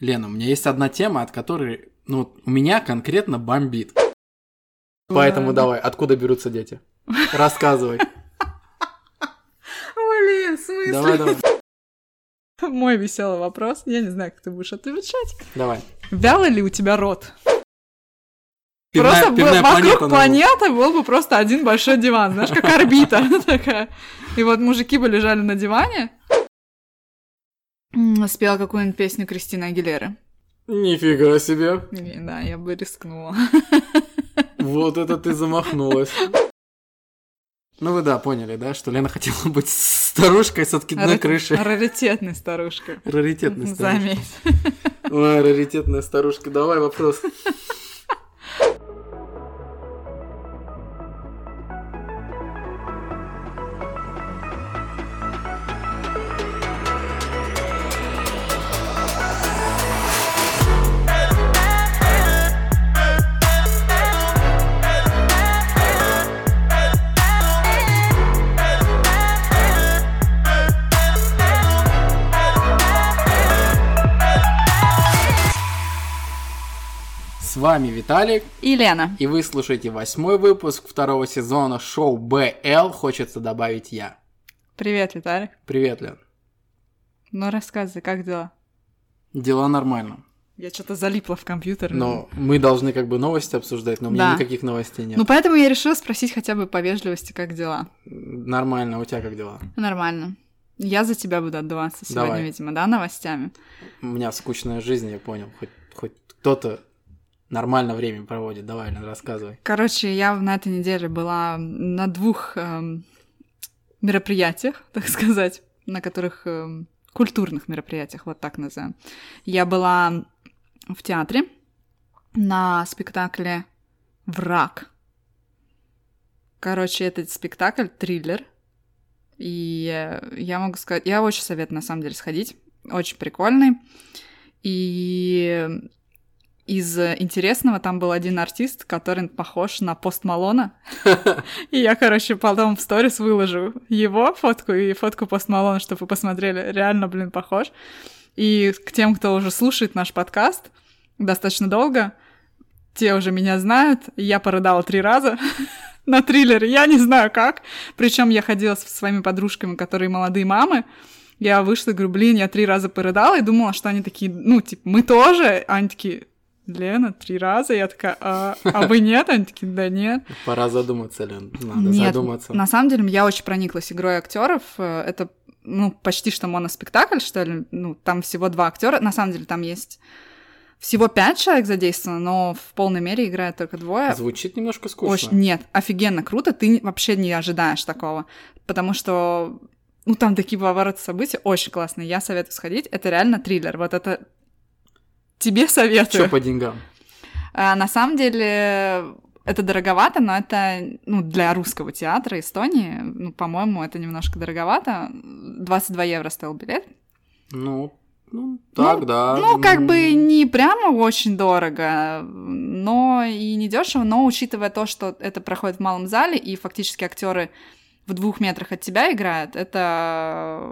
Лена, у меня есть одна тема, от которой, ну, у меня конкретно бомбит. Поэтому давай, откуда берутся дети? Рассказывай. Блин, в смысле? Давай, давай. Мой веселый вопрос. Я не знаю, как ты будешь отвечать. Давай. Вяло ли у тебя рот? Пивная- просто бы- пивная вокруг планета, наверное. планеты был бы просто один большой диван, знаешь, как орбита такая. И вот мужики бы лежали на диване. М, Спела какую-нибудь песню Кристины Агилеры. Нифига себе. И Да, я бы рискнула. Вот это ты замахнулась. Ну вы да, поняли, да, что Лена хотела быть старушкой с откидной Ра- крышей. Раритетной старушкой. Раритетная старушка. Заметь. Ой, раритетная старушка, давай вопрос. С вами Виталик, И Лена. и вы слушаете восьмой выпуск второго сезона шоу БЛ «Хочется добавить я». Привет, Виталик. Привет, Лен. Ну, рассказывай, как дела? Дела нормально. Я что-то залипла в компьютер. ну. Но мы должны как бы новости обсуждать, но у меня Да. никаких новостей нет. Ну, поэтому я решила спросить хотя бы по вежливости, как дела. Нормально, у тебя как дела? Нормально. Я за тебя буду отдуваться сегодня, Давай. видимо, да, новостями? У меня скучная жизнь, я понял. Хоть, хоть кто-то нормально время проводит. Давай, Лен, рассказывай. Короче, я на этой неделе была на двух эм, мероприятиях, так сказать, на которых эм, культурных мероприятиях, вот так назовем. Я была в театре на спектакле Враг. Короче, этот спектакль триллер. И э, я могу сказать, я очень советую на самом деле сходить. Очень прикольный. И из э, интересного там был один артист, который похож на Пост Малона. И я, короче, потом в сторис выложу его фотку и фотку Пост Малона, чтобы вы посмотрели. Реально, блин, похож. И к тем, кто уже слушает наш подкаст достаточно долго, те уже меня знают. Я порыдала три раза на триллер. Я не знаю как. Причем я ходила со своими подружками, которые молодые мамы. Я вышла и говорю, блин, я три раза порыдала и думала, что они такие, ну, типа, мы тоже. А они такие, Лена, три раза? Я такая, а, а вы нет? Они такие, да нет. Пора задуматься, Лен. Надо Нет, задуматься. На самом деле, я очень прониклась игрой актеров. Э, Это ну, почти что моноспектакль, что ли. Ну, там всего два актера. На самом деле, там есть всего пять человек задействовано, но в полной мере играют только двое. Звучит немножко скучно. Очень, нет, офигенно круто, ты не- вообще не ожидаешь такого, потому что, ну, там такие повороты событий очень классные, я советую сходить, это реально триллер, вот это тебе советую. Чё по деньгам? А, на самом деле это дороговато, но это ну, для русского театра Эстонии, ну, по-моему, это немножко дороговато. 22 евро стоил билет. Ну, ну так, да. Ну, как М, бы не прямо очень дорого, но и не дешево, но учитывая то, что это проходит в малом зале, и фактически актеры в двух метрах от тебя играют, это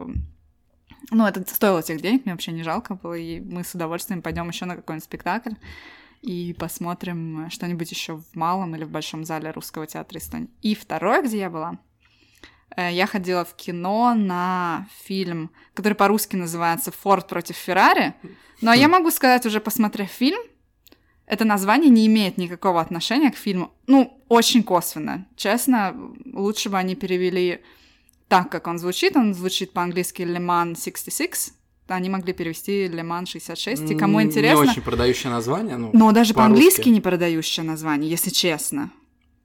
ну, это стоило тех денег, мне вообще не жалко было, и мы с удовольствием пойдем еще на какой-нибудь спектакль и посмотрим что-нибудь еще в малом или в большом зале Русского театра Эстонии. И второе, где я была, э, я ходила в кино на фильм, который по-русски называется «Форд против Феррари». Но я могу сказать, уже посмотрев фильм, это название не имеет никакого отношения к фильму. Ну, очень косвенно. Честно, лучше бы они перевели так, как он звучит. Он звучит по-английски «Леман 66». Они могли перевести «Леман 66». И кому м, интересно... Не очень продающее название, ну. Но даже по-английски по-русски. не продающее название, если честно.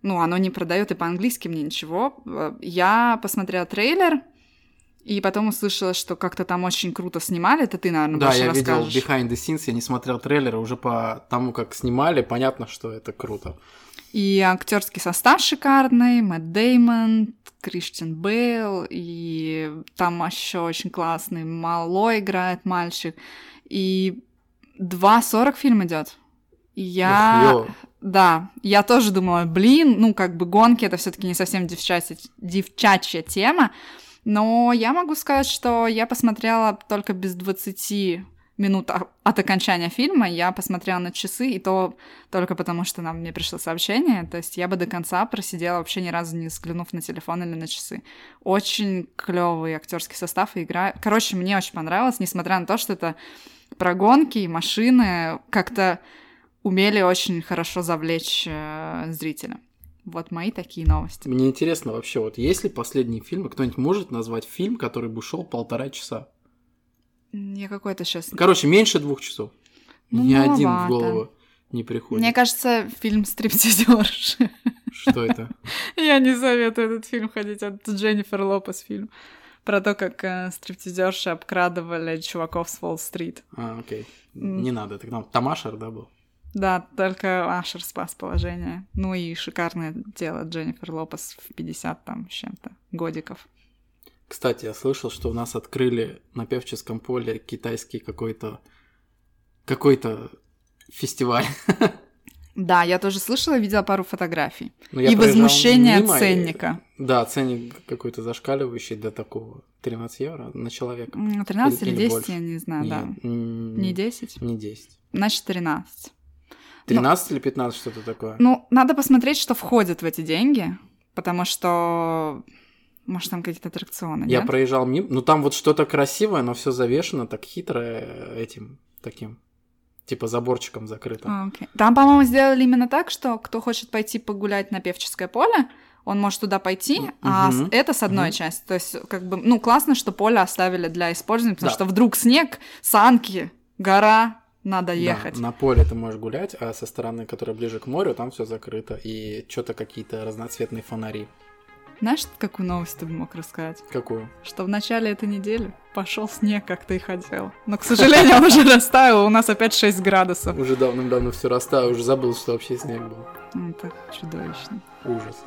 Ну, оно не продает и по-английски мне ничего. Э, Я посмотрела трейлер, и потом услышала, что как-то там очень круто снимали. Это ты, наверное, да, Ну, больше я видел расскажешь. Behind the Scenes, я не смотрел трейлеры, уже по тому, как снимали, понятно, что это круто. И актерский состав шикарный, Мэтт Деймон, Кристиан Бейл, и там еще очень классный Мало играет мальчик. И 2.40 фильм идет. Я... Ух, ё. Да, я тоже думала, блин, ну как бы гонки это все-таки не совсем девчачья, девчачья тема, но я могу сказать, что я посмотрела только без 20 минут о- от окончания фильма, я посмотрела на часы, и то только потому, что нам мне пришло сообщение. То есть я бы до конца просидела, вообще ни разу не взглянув на телефон или на часы. Очень клевый актерский состав и игра. Короче, мне очень понравилось, несмотря на то, что это про гонки и машины, как-то умели очень хорошо завлечь э, зрителя. Вот мои такие новости. Мне интересно вообще, вот есть ли последние фильмы, кто-нибудь может назвать фильм, который бы шел полтора часа? Я какой-то сейчас... Короче, меньше двух часов. Ну, Ни один в маловато. голову не приходит. Мне кажется, фильм «Стриптизерши». Что это? Я не советую этот фильм ходить, это Дженнифер Лопес фильм. Про то, как э, стриптизерши обкрадывали чуваков с Уолл-стрит. А, окей. М. Не надо. Так там Тамашер, да, был? Да, только Ашер спас положение. Ну и шикарное дело Дженнифер Лопес в 50 там с чем-то годиков. Кстати, я слышал, что у нас открыли на певческом поле китайский какой-то какой-то фестиваль. Да, я тоже слышала, видела пару фотографий. Ну, я и проезжал возмущение мимо, от и- ценника. Да, ценник какой-то зашкаливающий до такого 13 евро на человека. М, 13 или или 10, больше. я не знаю, А, да. Нет, м, Не 10? Не 10. Значит, 13. 13 или 15 что-то такое? Ну, надо посмотреть, что входит в эти деньги, потому что, может, там какие-то аттракционы, Я нет? проезжал мимо. Ну там вот что-то красивое, но все завешено так хитро э, этим таким. Типа заборчиком закрыто. А, окей. Там, по-моему, сделали именно так, что кто хочет пойти погулять на певческое поле, он может туда пойти, М, а с- мгм, это с одной мгм. части. То есть, как бы, ну, классно, что поле оставили для использования, потому Да. что вдруг снег, санки, гора, Да, надо ехать. на поле ты можешь гулять, а со стороны, которая ближе к морю, там все закрыто. И что-то какие-то разноцветные фонари. Знаешь, какую новость ты бы мог рассказать? Какую? Что в начале этой недели пошел снег, как ты и хотел. Но, к сожалению, он уже растаял, у нас опять 6 градусов. Уже давным-давно все растаю, уже забыл, что вообще снег был. М, Ну, Это чудовищно. Ужас.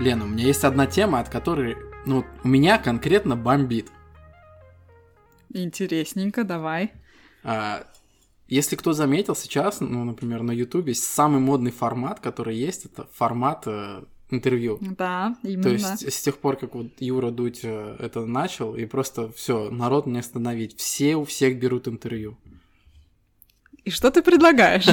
Лена, у меня есть одна тема, от которой, ну, вот у меня конкретно бомбит. Интересненько, давай. А, Если кто заметил, сейчас, ну, например, на Ютубе самый модный формат, который есть, это формат э, интервью. Ну Да, именно. То есть с тех пор, как вот Юра Дудь э, это начал, и просто все, народ не остановить. Все у всех берут интервью. И что ты предлагаешь?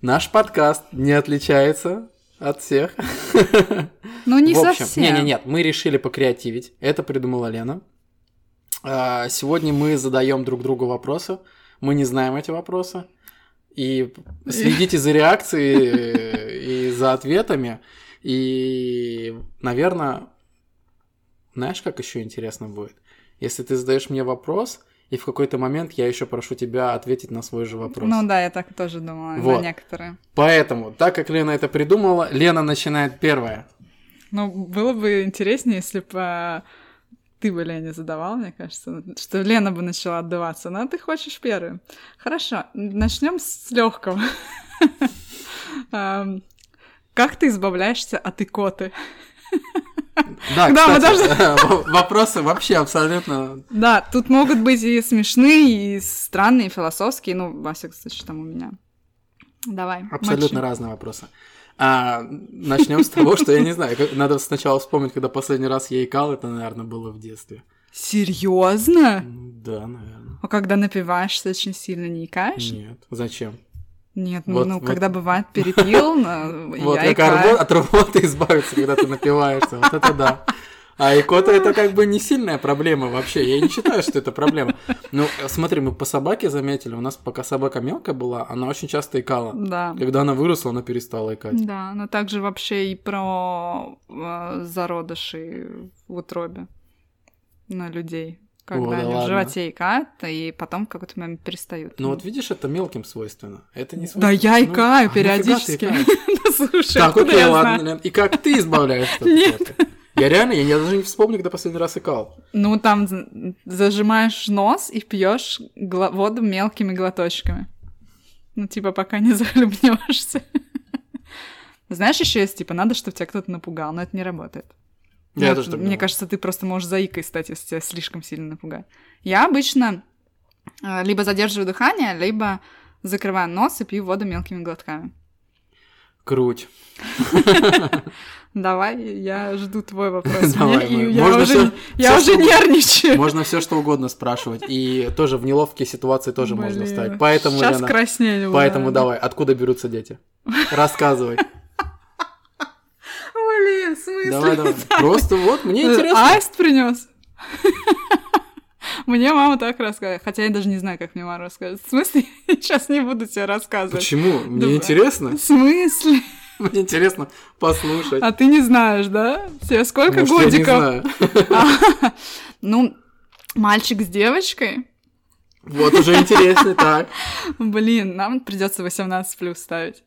Наш подкаст не отличается от всех. Ну, не в общем, совсем. не, не, нет, мы решили покреативить. Это придумала Лена. А, Сегодня мы задаем друг другу вопросы. Мы не знаем эти вопросы. И следите за реакцией и за ответами. И, наверное, знаешь, как еще интересно будет? Если ты задаешь мне вопрос, и в какой-то момент я еще прошу тебя ответить на свой же вопрос. Ну да, я так тоже думала, на Вот. некоторые. Поэтому, так как Лена это придумала, Лена начинает первая. Ну, было бы интереснее, если бы а, ты бы Лене задавал, мне кажется, что Лена бы начала отдаваться. Но ты хочешь первым. Хорошо, начнем с легкого. Ам, Как ты избавляешься от икоты? Да, Да, мы кстати, вопросы вообще абсолютно... Да, тут могут быть и смешные, и странные, и философские, ну, во всяком случае, там у меня. Давай. Абсолютно мочи. разные вопросы. начнем с того, что я не знаю. как- Надо сначала вспомнить, когда последний раз я икал, это, наверное, было в детстве. Серьезно? Ну, Да, наверное. А когда напиваешься очень сильно, не икаешь? Нет. Зачем? Нет, Вот- ну вот- когда бывает перепил, ну, Вот я как икаю. арбо- от работы избавиться, когда ты напиваешься. Вот это да. А икота это как бы не сильная проблема вообще. Я не считаю, что это проблема. Ну, смотри, мы по собаке заметили. У нас пока собака мелкая была, она очень часто икала. Да. Когда она выросла, она перестала икать. Да, но также вообще и про э, зародыши в утробе на людей. Когда да они в ладно. животе икают, и потом в какой-то момент перестают. Ну вот видишь, это мелким свойственно. Это не Да свойственно. я Ну, икаю а нафига ты периодически. икаешь? Да слушай, Так, откуда окей, я ладно, знаю? Лен. И как ты избавляешься? от Нет. икоты? Я реально, я, я даже не вспомню, когда последний раз икал. Ну там за- зажимаешь нос и пьешь воду мелкими глоточками. Ну, типа, пока не захлебнешься. Знаешь, еще есть, типа, надо, чтобы тебя кто-то напугал, но это не работает. Я Нет, тоже так мне думаю. кажется, ты просто можешь заикой стать, если тебя слишком сильно напугать. Я обычно э, либо задерживаю дыхание, либо закрываю нос и пью воду мелкими глотками. Круть. Давай, я жду твой вопрос. Давай, Мне- и мы- я можно уже- всё- Я всё, уже что- нервничаю. Можно все что угодно спрашивать. И тоже в неловкие ситуации тоже можно Блин, стать. Поэтому, Сейчас Лена, краснею. поэтому да. давай, откуда берутся дети? Рассказывай. Блин, в смысле? Давай, давай. Просто вот мне Э, интересно. Аист принес. Мне мама так рассказывала. Хотя я даже не знаю, как мне мама расскажет. В смысле? Сейчас не буду тебе рассказывать. Почему? Мне а, Давай. интересно. В смысле? Мне интересно послушать. А ты не знаешь, да? Тебе сколько Может, я не годиков? знаю. А, Ну, мальчик с девочкой. Вот уже интересно, так. Блин, нам придется 18 плюс ставить.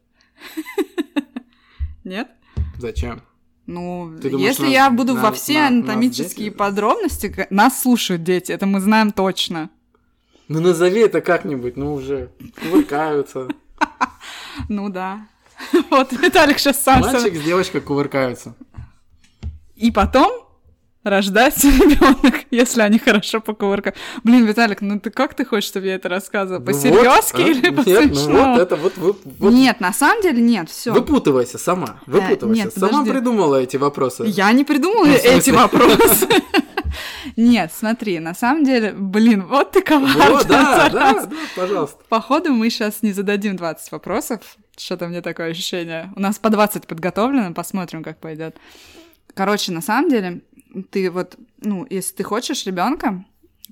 Нет? Зачем? Ну, Ты думаешь, если нас- я буду на- во все на- нас анатомические дети- подробности, к- нас слушают дети, это мы знаем точно. Ну назови это как-нибудь, ну уже кувыркаются. Ну да. Вот Виталик сейчас сам со- Мальчик с девочкой кувыркаются. И потом рождается ребенок, если они хорошо покувыркают. Блин, Виталик, ну ты как ты хочешь, чтобы я это рассказывала? Ну по вот, серьезке а? или по Нет, ну смешному? вот это вот... вы- вот Нет, на самом деле нет, все. Выпутывайся сама, выпутывайся. Э, нет, сама подожди. придумала эти вопросы. Я не придумала Ну, в смысле? эти вопросы. Нет, смотри, на самом деле, блин, вот ты Вот, да, да, коварный. да, пожалуйста. Походу, мы сейчас не зададим 20 вопросов. Что-то мне такое ощущение. У нас по 20 подготовлено, посмотрим, как пойдет. Короче, на самом деле, ты вот, ну, если ты хочешь ребенка,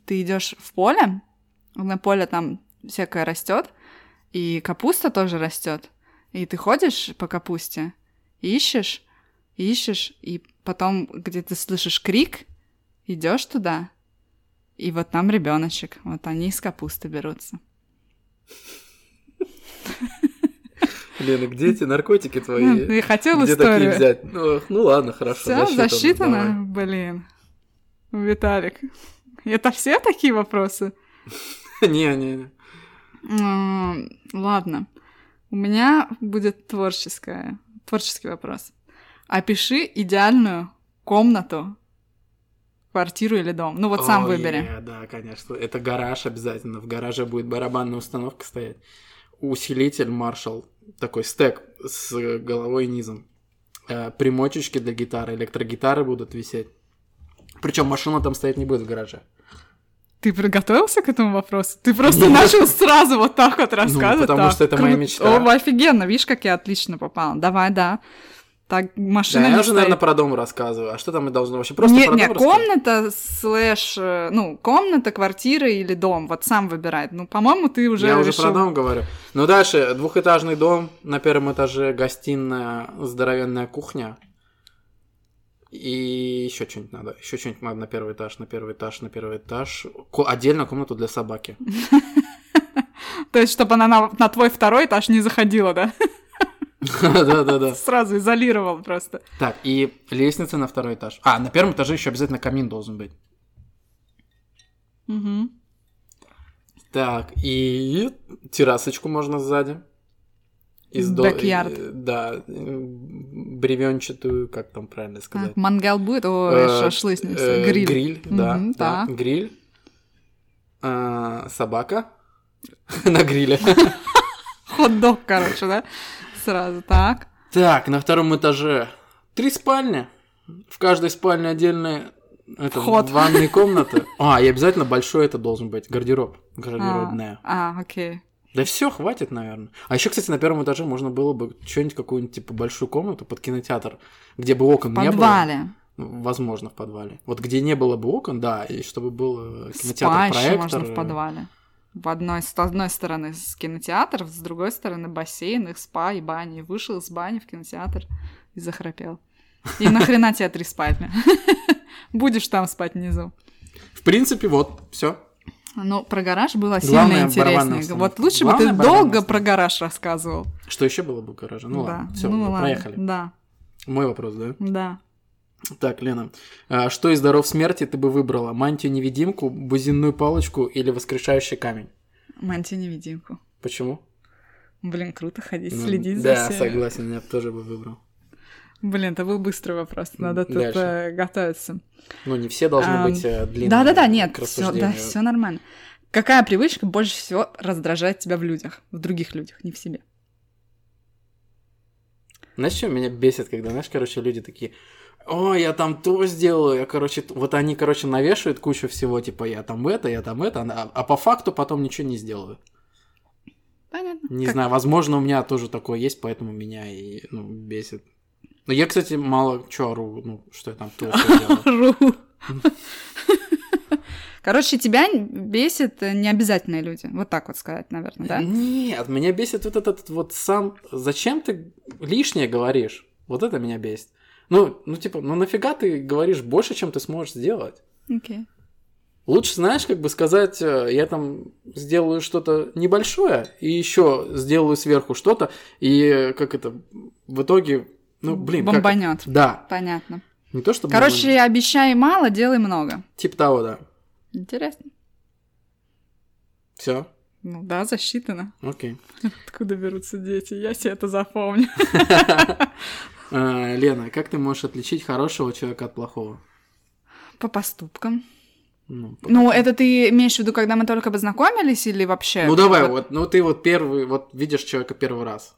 ты идешь в поле, на поле там всякое растет, и капуста тоже растет. И ты ходишь по капусте, ищешь, ищешь, и потом, где ты слышишь крик, идешь туда, и вот там ребеночек. Вот они из капусты берутся. Лена, где эти наркотики Ну, твои? Ты хотел Где такие историю? взять? Ну, эх, ну ладно, хорошо, Все, засчитано, давай. засчитано? Блин. Виталик. Это все такие вопросы? Не, не, не. М, Ладно. У меня будет творческая, творческий вопрос. Опиши идеальную комнату, квартиру или дом. Ну вот сам О, выбери. е, э, Да, конечно. Это гараж обязательно. В гараже будет барабанная установка стоять. Усилитель маршал. Такой стек с головой и низом. Э, Примочечки для гитары, электрогитары будут висеть. Причем машина там стоять не будет в гараже. Ты приготовился к этому вопросу? Ты просто Нет. начал сразу Ну, вот Ну, так вот рассказывать. потому так, что это моя круто. мечта. О, офигенно, видишь, как я отлично попала. Давай, да. Так, машина Да, не я уже, стоит. наверное, про дом рассказываю. А что там и должно вообще? Просто нет, про нет, дом рассказывать? комната слэш, э, ну, комната, квартира или дом, вот сам выбирает. Ну, по-моему, ты уже Я уже решил. про дом говорю. Ну, дальше двухэтажный дом, на первом этаже гостиная, здоровенная кухня. И еще что-нибудь надо. Еще что-нибудь надо на первый этаж, на первый этаж, на первый этаж. Ко- отдельно комнату для собаки. То есть, чтобы она на, на твой второй этаж не заходила, да? Да-да-да. Сразу изолировал просто. Так, и лестница на второй этаж. А, на первом этаже еще обязательно камин должен быть. Мгм. Так, и террасочку можно сзади. до- Бэк-ярд. э, Да, бревенчатую, как там А, правильно сказать. Так, мангал будет, о, Э, шашлычница, э, гриль. Гриль, да. Мгм, да, так. Гриль. А, Собака. На гриле. Хот-дог, короче, да? Сразу, так. Так, на втором этаже три спальни. В каждой спальне отдельная это, Вход. ванная комната. А, и обязательно большой это должен быть. Гардероб. Гардеробная. А, а, окей. Да все, хватит, наверное. А еще, кстати, на первом этаже можно было бы что-нибудь, какую-нибудь, типа, большую комнату под кинотеатр, где бы окон В не было. подвале. Ну, Возможно, в подвале. Вот где не было бы окон, да, и чтобы был э, Спа кинотеатр еще проектор. можно в подвале. В одной, с одной стороны с кинотеатр, с другой стороны бассейн, их спа и бани. Вышел из бани в кинотеатр и захрапел. И нахрена тебе три спальни? Будешь там спать внизу. В принципе, вот, все. Ну, про гараж было Главное, сильно барабанная интереснее. установка. Вот лучше бы ты Главное, барабанная долго установка. про гараж рассказывал. Что еще было бы в гараже? Ну да. ладно, все, ну, ладно. проехали. Да, Мой вопрос, да? да. Так, Лена, а, что из даров смерти ты бы выбрала? Мантию-невидимку, бузинную палочку или воскрешающий камень? Мантия-невидимку. Почему? Блин, круто ходить, Ну, следить за Да, всеми. согласен, я бы тоже бы выбрал. Блин, это был быстрый вопрос. Надо тут Дальше. э, готовиться. Ну, не все должны Ам, быть э, длинные. Да-да-да, нет, к все, да, рассуждению. все нормально. Какая привычка больше всего раздражает тебя в людях, в других людях, не в себе? Знаешь, что меня бесит, когда, знаешь, короче, люди такие, о, я там то сделаю, я, короче, т- вот они, короче, навешивают кучу всего, типа, я там это, я там это, а, а по факту потом ничего не сделаю. Понятно. Не Как- знаю, возможно, у меня тоже такое есть, поэтому меня и, ну, бесит. Но я, кстати, мало чё ору, ну, что я там то всё делаю. Ру. Короче, тебя бесит необязательные люди. Вот так вот сказать, наверное, да? Нет, меня бесит вот этот вот сам, зачем ты лишнее говоришь? Вот это меня бесит. Ну, ну, типа, ну нафига ты говоришь больше, чем ты сможешь сделать? Окей. Лучше, знаешь, как бы сказать, э, я там сделаю что-то небольшое, и еще сделаю сверху что-то, и э, как это, в итоге, ну, блин, как это? Бомбанет. Да, Понятно. не то чтобы... Короче, обещай мало, делай много. Типа того, да. Интересно. Все, Ну да, засчитано. окей. Откуда берутся дети? Я себе это запомню. Э, Лена, как ты можешь отличить хорошего человека от плохого? По поступкам. Ну, по- Ну, это ты имеешь в виду, когда мы только познакомились или вообще? ну, давай, вот, ну ты вот первый, вот видишь человека первый раз.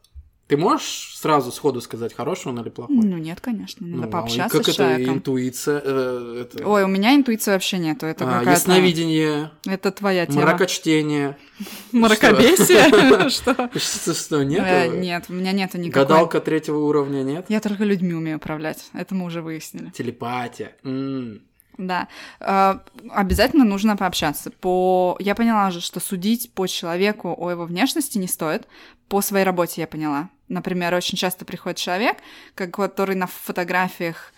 Ты можешь сразу сходу сказать, хороший он или плохой? Ну нет, конечно, надо Ну, а пообщаться Как с это человеком. интуиция? э, это- Ой, у меня интуиции вообще нету. Это А, какая-то... ясновидение, Это твоя тема. мракочтение. Мракобесие? ну Что? Что, что, Э, нет? Нет, у меня нету никакой... Гадалка третьего уровня нет? Я только людьми умею управлять. Это мы уже выяснили. Телепатия. М. Да. Э, Обязательно нужно пообщаться. По... Я поняла же, что судить по человеку о его внешности не стоит. По своей работе я поняла. Например, очень часто приходит человек, как- который на фотографиях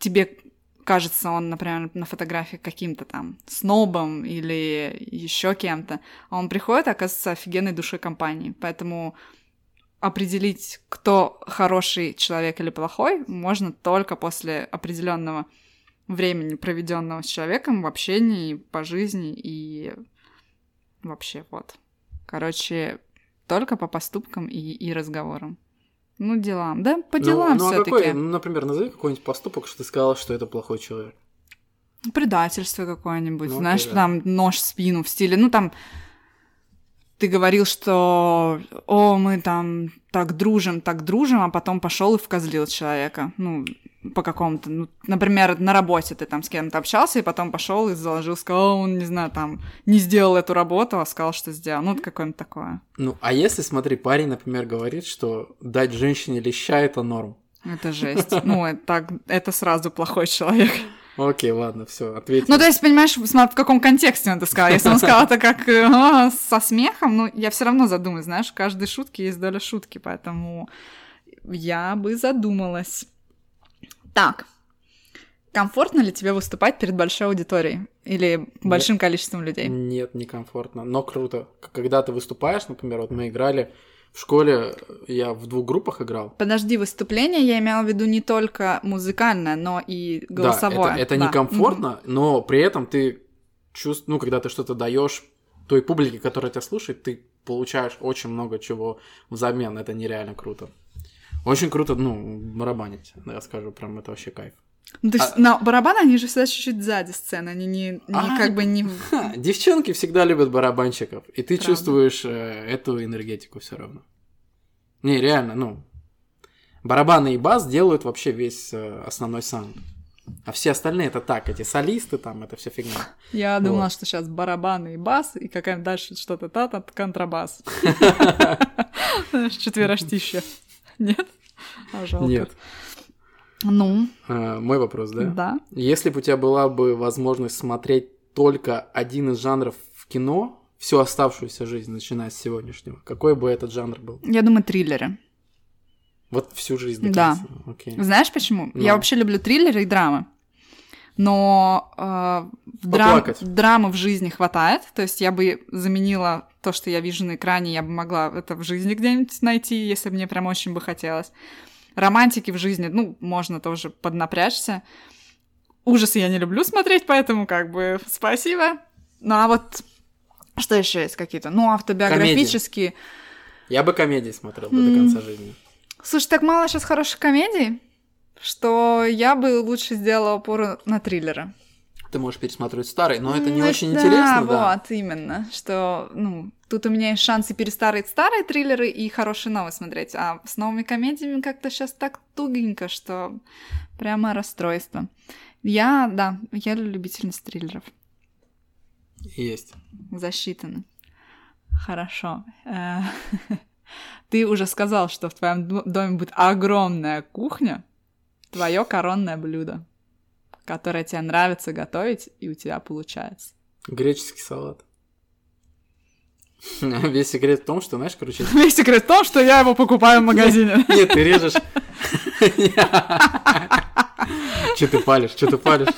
тебе кажется, он, например, на фотографии каким-то там снобом или еще кем-то, а он приходит, и оказывается, офигенной душой компании. Поэтому определить, кто хороший человек или плохой, можно только после определенного времени, проведенного с человеком в общении, по жизни и вообще вот. Короче, только по поступкам и, и разговорам. Ну, делам. Да, по Ну, делам ну, а все-таки. какой, ну, например, назови какой-нибудь поступок, что ты сказал, что это плохой человек. предательство какое-нибудь, Ну, знаешь, окей, да. там нож в спину в стиле, ну там ты говорил, что о, мы там так дружим, так дружим, а потом пошел и вкозлил человека, ну по какому-то, ну, например, на работе ты там с кем-то общался и потом пошел и заложил, сказал, «О, он не знаю, там не сделал эту работу, а сказал, что сделал, ну вот какое-нибудь такое. Ну, а если, смотри, парень, например, говорит, что дать женщине леща – это норм. Это жесть. Ну, это так, это сразу плохой человек. Окей, ладно, все, ответь. Ну, то есть, понимаешь, сма- в каком контексте он это сказал. Если он сказал это как э, «А, со смехом, ну, я все равно задумаюсь, знаешь, в каждой шутке есть доля шутки, поэтому я бы задумалась. Так, комфортно ли тебе выступать перед большой аудиторией или большим количеством людей? Нет, некомфортно, но круто. К- Когда ты выступаешь, например, вот мы играли в школе, я в двух группах играл. Подожди, выступление я имела в виду не только музыкальное, но и голосовое. Да, это, это Да. некомфортно, но при этом ты чувствуешь, ну, когда ты что-то даешь той публике, которая тебя слушает, ты получаешь очень много чего взамен. Это нереально круто. Очень круто, ну, барабанить, я скажу, прям это вообще кайф. Ну, то есть А- на барабаны, они же всегда чуть-чуть сзади сцены, они не, не А, как бы не... в- Ха, девчонки всегда любят барабанщиков, и ты Правда. чувствуешь э, эту энергетику все равно. Не, реально, ну, барабаны и бас делают вообще весь э, основной саунд. А все остальные это так, эти солисты там, это все фигня. Я Вот. думала, что сейчас барабаны и бас, и какая-нибудь дальше что-то та та контрабас. Знаешь, Четверостище. Нет? А жалко. Нет. Ну, Э, Мой вопрос, да? да. Если бы у тебя была бы возможность смотреть только один из жанров в кино всю оставшуюся жизнь, начиная с сегодняшнего, какой бы этот жанр был? Я думаю, триллеры. Вот всю жизнь до Да. конца. Окей. Знаешь почему? Ну. Я вообще люблю триллеры и драмы. Но э, в драм- Поплакать. драмы в жизни хватает. То есть я бы заменила то, что я вижу на экране, я бы могла это в жизни где-нибудь найти, если мне прям очень бы хотелось. Романтики в жизни, ну, можно тоже поднапрячься. Ужасы я не люблю смотреть, поэтому как бы спасибо. Ну а вот что еще есть какие-то? Ну, автобиографические. Я бы комедии смотрел бы до М. конца жизни. Слушай, так мало сейчас хороших комедий, что я бы лучше сделала опору на триллеры. Ты можешь пересматривать старый, но это не Ну, очень интересно, да. вот, именно, что, ну, тут у меня есть шансы перестарать старые триллеры и хорошие новые смотреть, а с новыми комедиями как-то сейчас так тугенько, что прямо расстройство. Я, да, я любительница триллеров. Есть. Засчитано. Хорошо. Э, Ты уже сказал, что в твоем ду- доме будет огромная кухня, твое коронное блюдо, которое тебе нравится готовить, и у тебя получается. Греческий салат. Весь секрет в том, что, знаешь, короче... Весь секрет в том, что я его покупаю в магазине. Нет, ты режешь... Че ты палишь, че ты палишь?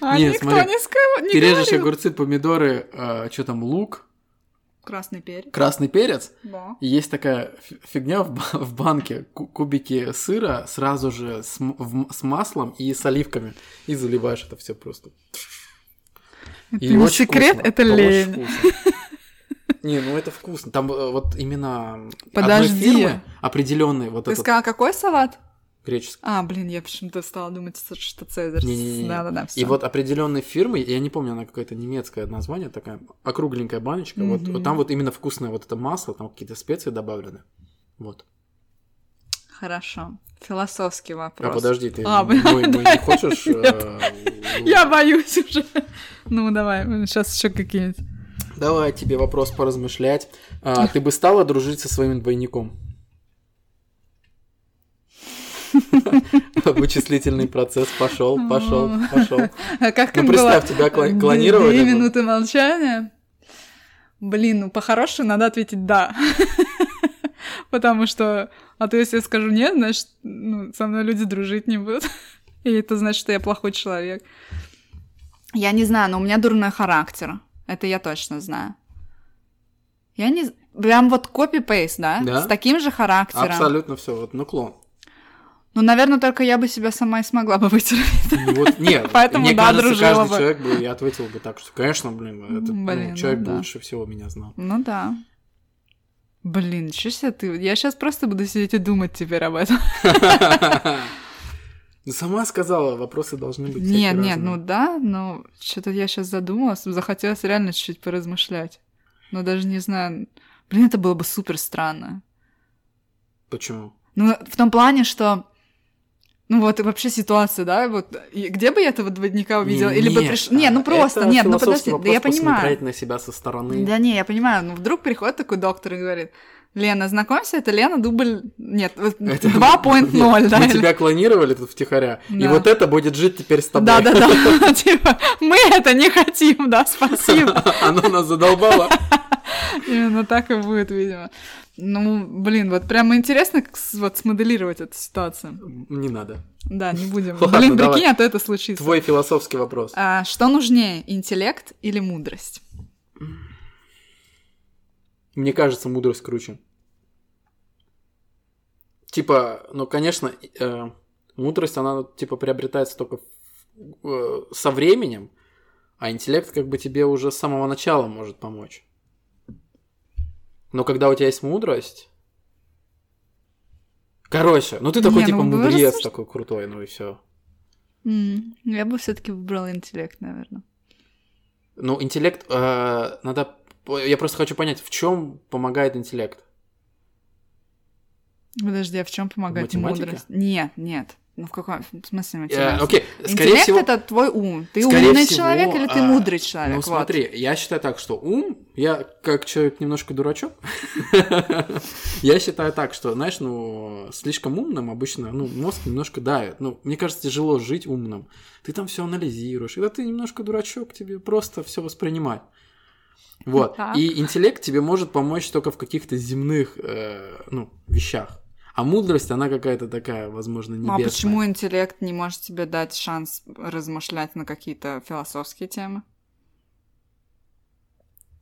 А Нет, никто смотри, не сказал, не Ты режешь говорил. огурцы, помидоры, что там, лук, Красный перец. красный перец. Да. И Есть такая фи- фигня в, ба- в банке, ку- кубики сыра сразу же с, м- в м- с маслом и с оливками. И заливаешь это все просто. Это И не очень секрет, вкусно. это очень лень. вкусно. Не, ну это вкусно. Там э, вот именно Подожди. одной фирмы определенный вот Ты этот сказал, какой салат? греческий. А, блин, я почему-то стала думать, что Цезарь. Не-не-не. Да-да-да, И всё. вот определенной фирмы, я не помню, она какое-то немецкое название, такая округленькая баночка. Вот, Мгм. вот там вот именно вкусное вот это масло, там какие-то специи добавлены. Вот. Хорошо. Философский вопрос. А подожди, ты А, мой- мой не хочешь? э, Нет. Я боюсь уже. Ну, давай, сейчас еще какие-нибудь. Давай тебе вопрос поразмышлять. А, ты бы стала дружить со своим двойником? Вычислительный процесс пошел, пошел, пошел. А Как Ну им было? представь, тебя кла- Д- клонировали. ну, Две бы. минуты молчания. Блин, ну по-хорошему надо ответить «да». Потому что, а то если я скажу «нет», значит, ну, со мной люди дружить не будут. И это значит, что я плохой человек. Я не знаю, но у меня дурной характер. Это я точно знаю. Я не... з- Прям вот копи-пейст, да? Да. С таким же характером. Абсолютно все, вот, ну клон. Ну, наверное, только я бы себя сама и смогла бы вытерпеть. Ну вот, нет, Поэтому, мне да, кажется, дружила каждый бы. человек бы, я ответил бы так, что, конечно, блин, этот ну, Блин, человек ну да. лучше всего меня знал. Ну да. Блин, чё себе ты... Я сейчас просто буду сидеть и думать теперь об этом. Ну, Сама сказала, вопросы должны быть всякие Нет, нет, разные. ну да, но что-то я сейчас задумалась, захотелось реально чуть-чуть поразмышлять. Но даже не знаю... Блин, это было бы супер странно. Почему? Ну, в том плане, что... Ну вот и вообще ситуация, да, вот и где бы я этого двойника увидела, или бы Нет, пришла... Не, а, ну просто, это нет, ну философский подожди, да вопрос я понимаю. посмотреть на себя со стороны. Да не, я понимаю, ну вдруг приходит такой доктор и говорит, Лена, знакомься, это Лена дубль... Нет, вот Это- 2.0, Нет, да? Мы или- тебя клонировали тут втихаря, и Да. вот это будет жить теперь с тобой. Да-да-да, типа, мы это не хотим, да, спасибо. Оно нас задолбало. Именно так и будет, видимо. Ну, блин, вот прямо интересно как с- вот смоделировать эту ситуацию. Не надо. Да, не будем. Ладно, Блин, давай. прикинь, а то это случится. Твой философский вопрос. А, что нужнее, интеллект или мудрость? Мне кажется, мудрость круче. Типа, ну, конечно, э, мудрость, она, ну, типа, приобретается только в- э, со временем, а интеллект, как бы, тебе уже с самого начала может помочь. Но когда у тебя есть мудрость... Короче, ну ты такой, Не, типа, ну, вы мудрец рассуж- такой крутой, ну и все. М, Я бы все-таки выбрала интеллект, наверное. Ну, интеллект, э, надо... Я просто хочу понять, в чем помогает интеллект? Подожди, а в чем помогает Математика? мудрость? Нет, нет. Ну в каком смысле Э, математика? окей, скорее Интеллект всего... это твой ум. Ты скорее умный всего, человек или ты а, мудрый человек? Ну Вот. смотри, я считаю так, что ум, я как человек немножко дурачок, я считаю так, что, знаешь, ну, слишком умным обычно, ну, мозг немножко давит. Ну, мне кажется, тяжело жить умным. Ты там все анализируешь, это ты немножко дурачок, тебе просто все воспринимать. Вот. Так. И интеллект тебе может помочь только в каких-то земных, э, ну, вещах. А мудрость, она какая-то такая, возможно, Ну, а небесная. почему интеллект не может тебе дать шанс размышлять на какие-то философские темы?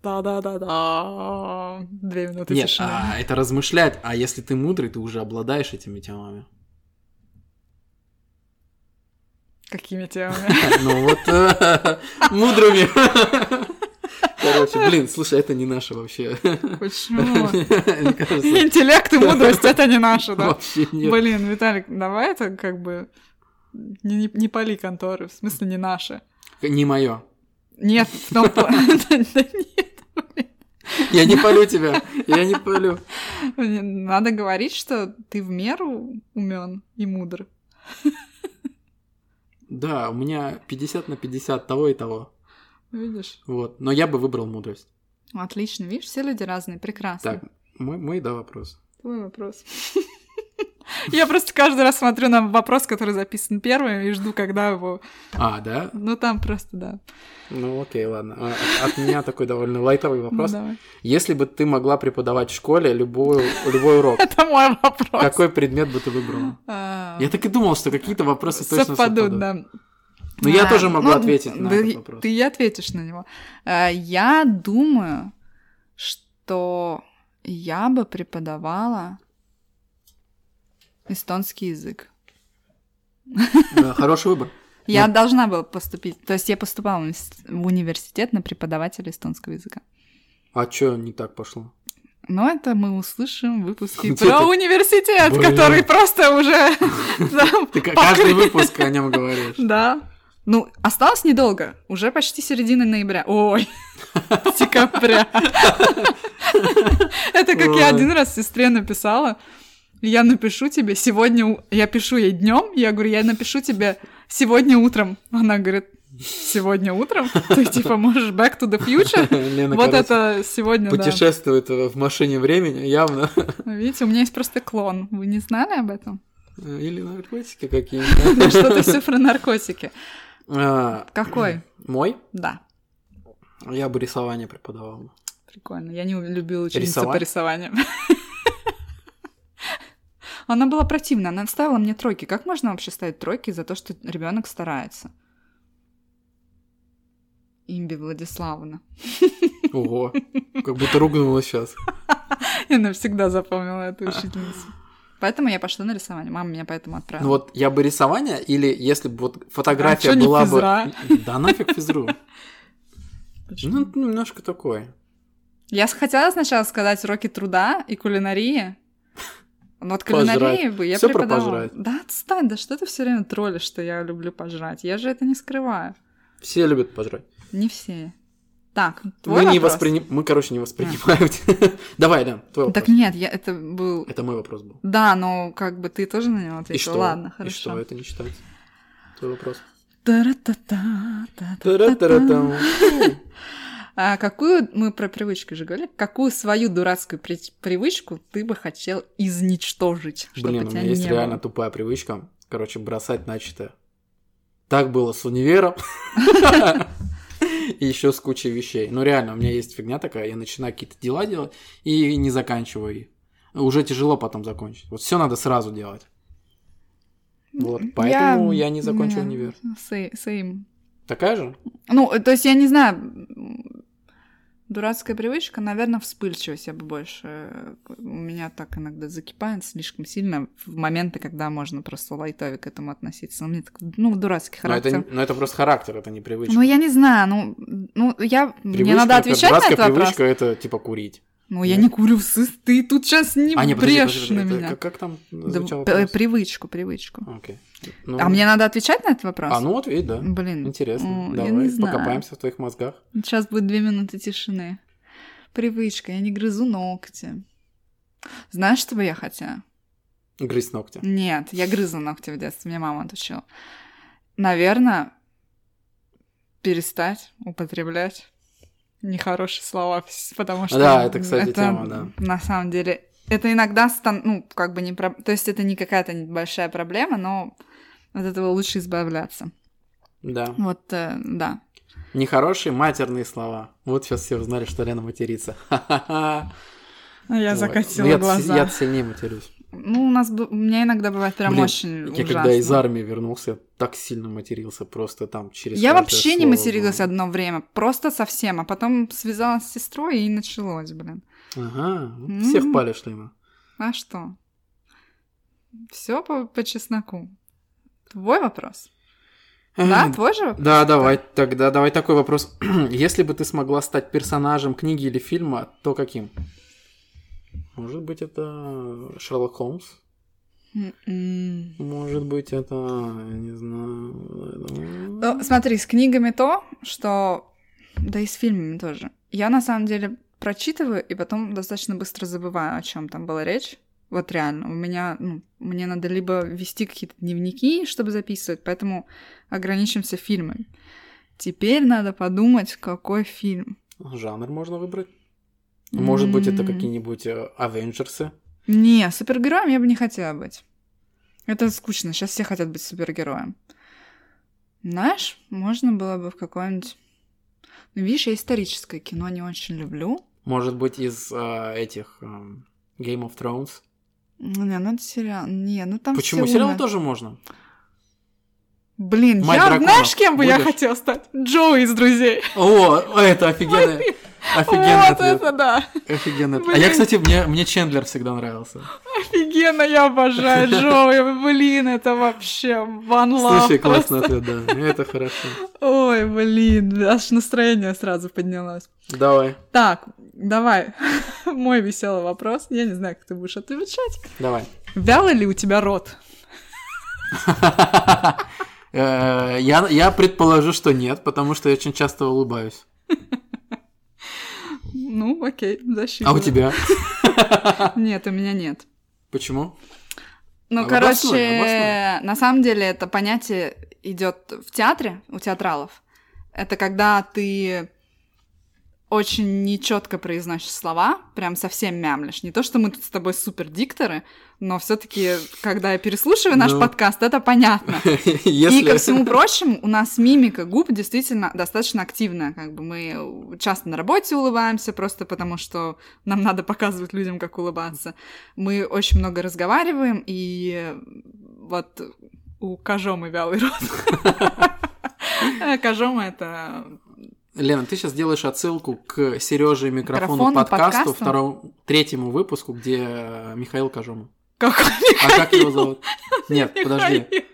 Да-да-да-да. Две минуты Нет, а это размышлять, а если ты мудрый, ты уже обладаешь этими темами. Какими темами? Ну вот э, мудрыми. Короче, блин, слушай, это не наше вообще. Почему? Мне кажется, Интеллект и мудрость это не наше, да? вообще нет. Блин, Виталик, давай это как бы не, не, не пали конторы, в смысле не наши. Не мое. Нет, в том плане. Да нет, Я не полю тебя. Я не полю. блин. Надо говорить, что ты в меру умен и мудр. Да, у меня 50 на 50 того и того. Видишь? Вот. Но я бы выбрал мудрость. Отлично, видишь, все люди разные, прекрасно. Так, мой, мой да, вопрос. Твой вопрос. Я просто каждый раз смотрю на вопрос, который записан первым, и жду, когда его... А, да? Ну, там просто, да. Ну окей, ладно. А, От, от меня такой довольно лайтовый Ну, вопрос. давай. Если бы ты могла преподавать в школе любую, любой урок, Это мой вопрос. какой предмет бы ты выбрала? А, Я так и думал, что какие-то вопросы точно совпадут, да. Но я А, тоже могу ну, ответить на да этот и- вопрос. Ты и ответишь на него. А, Я думаю, что я бы преподавала эстонский язык. Да, хороший выбор. Я Ну. должна была поступить, то есть я поступала в инст- в университет на преподавателя эстонского языка. А чё не так пошло? Но это мы услышим в выпуске Где про ты? университет, Ну, типа, Блин. который просто уже... там Ты ка- каждый покрыт. выпуск о нем говоришь. Да. Ну, осталось недолго. Уже почти середина ноября. Ой, декабря. Это как я Ой. один раз сестре написала. Я напишу тебе сегодня... у- Я пишу ей днем. Я говорю, я напишу тебе сегодня утром. Она говорит, сегодня утром? Ты типа можешь back to the future? Лена, Вот короче, это сегодня, да. путешествует в машине времени явно. Видите, у меня есть просто клон. Вы не знали об этом? Или наркотики какие-нибудь. Да Что-то все про наркотики. А, Какой? Мой? Да. Я бы рисование преподавал. Прикольно. Я не любила ученицу по Рисовать? рисованию. Она была противна, она ставила мне тройки. Как можно вообще ставить тройки за то, что ребенок старается? Имби Владиславовна. Ого, как будто ругнула сейчас. Я навсегда запомнила эту учительницу. Поэтому я пошла на рисование. Мама меня поэтому Ну отправила. вот я бы рисование, или если бы вот фотография А чё не была физра? бы... Да нафиг физру. Почему? Ну, немножко такое. Я с- хотела сначала сказать уроки труда и кулинарии. Но вот кулинарии Пожрать. бы я Всё про преподавала. пожрать. Да отстань, да что ты все время троллишь, что я люблю пожрать? Я же это не скрываю. Все любят пожрать. Не все. Так, твой Мы, Ну, не вопрос. восприни... Мы, короче, не воспринимаем. Давай, Лен, твой вопрос. Так нет, я, это был... Это мой вопрос был. Да, но как бы ты тоже на него И ответил. что? Типа, Ладно, И что, хорошо. это не считается? Твой вопрос. Тара-та-та, та-та-та-та. Тара-тара-там. А какую, мы про привычки же говорили, какую свою дурацкую при- привычку ты бы хотел изничтожить, чтобы Блин, у тебя меня есть не реально было? тупая привычка, короче, бросать начатое. Так было с универом. И еще с кучей вещей. Ну, реально, у меня есть фигня такая, я начинаю какие-то дела делать и не заканчиваю их. Уже тяжело потом закончить. Вот все надо сразу делать. Вот, поэтому я не закончил Да, универ. сэ- Same. Такая же? Ну, э, то есть я не знаю, м, дурацкая привычка, наверное, вспыльчивость я бы больше. э, У меня так иногда закипает слишком сильно в моменты, когда можно просто лайтово к этому относиться. У меня такой, ну, дурацкий Но это, характер. не- но это просто характер, это не привычка. Ну, я не знаю, ну, ну я... мне Привычка, надо например, отвечать на дурацкая этот вопрос. привычка это типа курить. Ну, я Нет. не курю, сыс, ты тут сейчас не А, не, подожди, брешь подожди, на это меня. Как, как там Да, звучал п- вопрос? привычку, привычку. Окей. Ну, А мне надо отвечать на этот вопрос? А, ну ответь, да. Блин. Интересно. м, я Давай не знаю. покопаемся в твоих мозгах. Сейчас будет две минуты тишины. Привычка, я не грызу ногти. Знаешь, что бы я хотела? Грызть ногти. Нет, я грызла ногти в детстве, меня мама отучила. Наверное, перестать употреблять нехорошие слова, вс- потому что... Да, это, кстати, тема, да. На самом деле, это иногда стан... ну, как бы не... про- То есть это не какая-то большая проблема, но от этого лучше избавляться. Да. Вот, э, да. Нехорошие матерные слова. Вот сейчас все узнали, что Лена матерится. Ха-ха-ха. Я Вот. закатила Ну, я-то си- глаза. Я-то сильнее матерюсь. Ну, у нас бу- у меня иногда бывает прям Блин, очень Я ужасно. когда из армии вернулся, я так сильно матерился, просто там через Я каждое вообще не слово материлась было. одно время, просто совсем, а потом связалась с сестрой и началось, блин. Ага, вот М. всех палишь, Лена. А что? Все по, по чесноку. Твой вопрос. Да, твой же? Да, давай, тогда давай такой вопрос. Если бы ты смогла стать персонажем книги или фильма, то каким? Может быть, это Шерлок Холмс? М-м. Может быть, это, я не знаю... Ну, смотри, с книгами то, что... Да и с фильмами тоже. Я на самом деле прочитываю и потом достаточно быстро забываю, о чем там была речь. Вот реально, у меня, ну, мне надо либо вести какие-то дневники, чтобы записывать, поэтому ограничимся фильмами. Теперь надо подумать, какой фильм. Жанр можно выбрать. Может быть, это М. какие-нибудь э, Авенджерсы. Не, супергероем я бы не хотела быть. Это скучно, сейчас все хотят быть супергероем. Знаешь, можно было бы в какое-нибудь... Ну, видишь, я историческое кино не очень люблю. Может быть, из э, этих эм, Game of Thrones. Ну, Не, ну это сериал... Не, ну там Почему? всё Сериал умно. тоже можно. Блин, Мать я дракона. знаешь, кем бы я Будешь? хотела стать? Джоу из «Друзей». О, это офигенно. Офигенный вот ответ. это да! Офигенный ответ. А Блин. я, кстати, мне, мне Чендлер всегда нравился. Офигенно, я обожаю Джоуи. Блин, это вообще one love Слушай, просто. классный ответ, да. Ну, Это хорошо. Ой, блин, аж настроение сразу поднялось. Давай, Так, давай. Мой веселый вопрос. Я не знаю, как ты будешь отвечать. давай. Вялый ли у тебя рот? Э, Я я предположу, что нет, потому что я очень часто улыбаюсь. Ну, окей, защита. А у тебя? Нет, у меня нет. Почему? Ну, А короче, обоснуй, обоснуй. на самом деле это понятие идет в театре, у театралов. Это когда ты очень нечетко произносишь слова, прям совсем мямлишь. Не то, что мы тут с тобой супер дикторы, но все-таки, когда я переслушиваю наш Ну. подкаст, это понятно. И ко всему прочему, у нас мимика губ действительно достаточно активная. Как бы мы часто на работе улыбаемся, просто потому что нам надо показывать людям, как улыбаться. Мы очень много разговариваем, и вот у Кожомы вялый рот. Кожома — это... Лена, ты сейчас делаешь отсылку к Сереже микрофону, Микрофону, подкасту, подкасту? второму, третьему выпуску, где э, Михаил Кожома. Какой А Михаил? как его зовут? Нет, подожди. Михаил.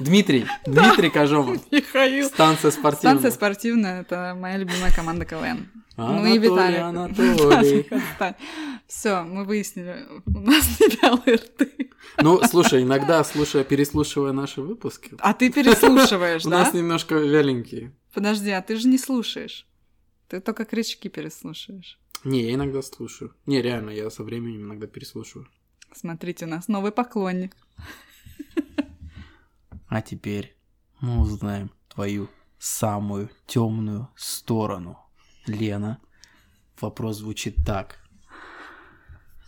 Дмитрий. Дмитрий Кожома. Михаил. Станция спортивная. Станция спортивная — это моя любимая команда КВН. Ну и Анатолий, Виталик. Анатолий. Все, мы выяснили, у нас не вялые рты. Ну, слушай, иногда, слушая, переслушивая наши выпуски, А ты переслушиваешь, у да? нас немножко вяленькие. Подожди, а ты же не слушаешь. Ты только крючки переслушаешь. Не, я иногда слушаю. Не, реально, я со временем иногда переслушиваю. Смотрите, у нас новый поклонник. А теперь мы узнаем твою самую темную сторону. Лена, вопрос звучит так.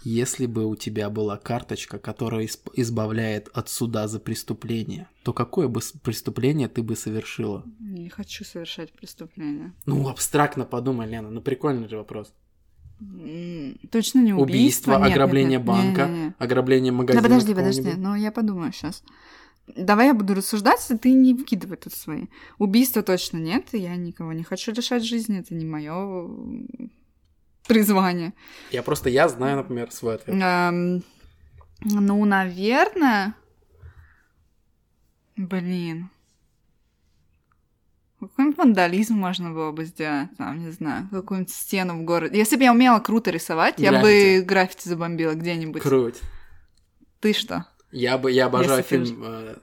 Если бы у тебя была карточка, которая исп- избавляет от суда за преступление, то какое бы с- преступление ты бы совершила? Не хочу совершать преступление. Ну, абстрактно подумай, Лена, ну прикольный же вопрос. М, Точно не убийство. Убийство, Нет, нет, ограбление нет, банка, не-не-не. ограбление Да магазина. подожди, подожди, какого-нибудь. ну я подумаю сейчас. Давай я буду рассуждать, а ты не выкидывай тут свои. Убийства точно нет, и я никого не хочу лишать жизни, это не мое призвание. Я просто, я знаю, например, свой ответ. Эм, ну, наверное. Блин. Какой-нибудь вандализм можно было бы сделать, там, не знаю, какую-нибудь стену в городе. Если бы я умела круто рисовать, я Граффити. бы граффити забомбила где-нибудь. Круть. Ты что? Я, бы, я обожаю Если ты фильм э,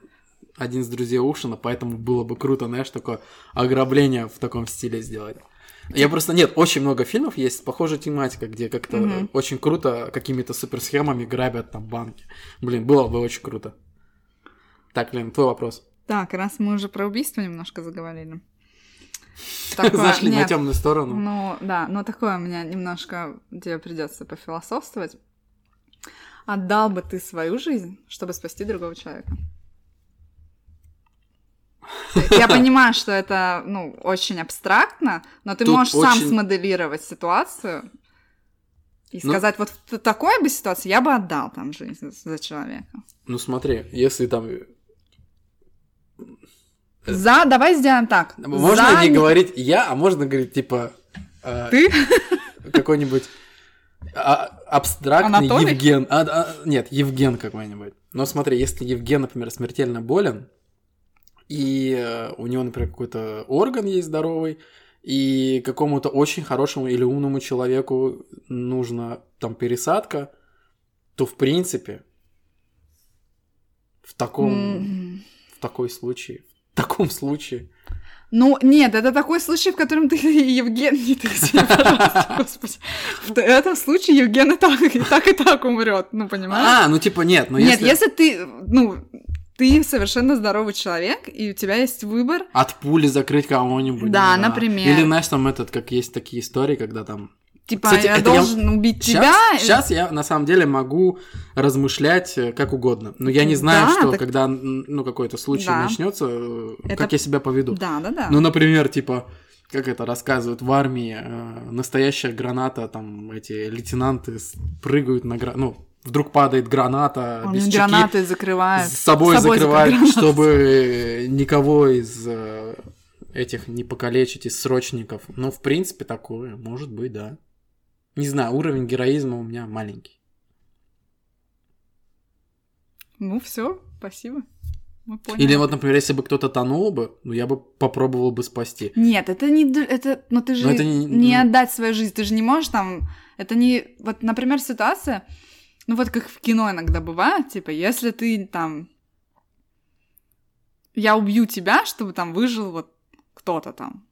«Один из друзей Ушина», поэтому было бы круто, знаешь, такое ограбление в таком стиле сделать. Я просто... Нет, очень много фильмов есть с похожей тематикой, где как-то Мгм. очень круто какими-то суперсхемами грабят там банки. Блин, было бы очень круто. Так, Лен, твой вопрос. Так, раз мы уже про убийство немножко заговорили. Зашли на а, нет, темную сторону. Ну, да, но такое у меня немножко, где придется пофилософствовать. Отдал бы ты свою жизнь, чтобы спасти другого человека? Я понимаю, что это, ну, очень абстрактно, но ты Тут можешь сам очень- смоделировать ситуацию и Ну- сказать, вот в т- такой бы ситуации я бы отдал там жизнь за- за человека. Ну смотри, если там... За, давай сделаем так. Э. Можно За не не- говорить я, а можно говорить типа... э, Ты? какой-нибудь а- абстрактный Анатолий? Евген. А- а- нет, Евген какой-нибудь. Но смотри, если Евген, например, смертельно болен, и э, у него, например, какой-то орган есть здоровый, и какому-то очень хорошему или умному человеку нужна там пересадка, то в принципе в таком, М. в такой случае, в таком случае Ну, нет, это такой случай, в котором ты, Евгений, ты извини, пожалуйста, господи. В этом случае Евген и так, и так, и так умрет, ну, понимаешь? А, ну типа нет, ну Нет, если, если ты, ну, ты совершенно здоровый человек, и у тебя есть выбор. от пули закрыть кого-нибудь. ну Да, например. Или знаешь, там этот, как есть такие истории, когда там... Типа, Кстати, я это я- должен убить тебя. э, Сейчас, я на самом деле могу размышлять э, как угодно. Но я не знаю, Да, что так- когда м, ну, какой-то случай Да. начнется, э, Это- как я себя поведу. Да, да, да. Ну, например, типа, как это рассказывают в армии, э, настоящая граната, там эти лейтенанты с- прыгают на гранату, ну, вдруг падает граната, Он ну, без чеки, гранаты закрывает. А, с собой, закрывают, гранаты. чтобы э, никого из э, этих не покалечить, из срочников. Ну, в принципе, такое, может быть, да. Не знаю, уровень героизма у меня маленький. Ну, все, спасибо. Мы поняли. Или вот, например, если бы кто-то тонул бы, ну, я бы попробовал бы спасти. Нет, это не... д- Это, но ты же это не- не, ну- отдать свою жизнь, ты же не можешь там... Это не... Вот, например, ситуация, ну вот как в кино иногда бывает, типа, если ты там... Я убью тебя, чтобы там выжил вот кто-то там.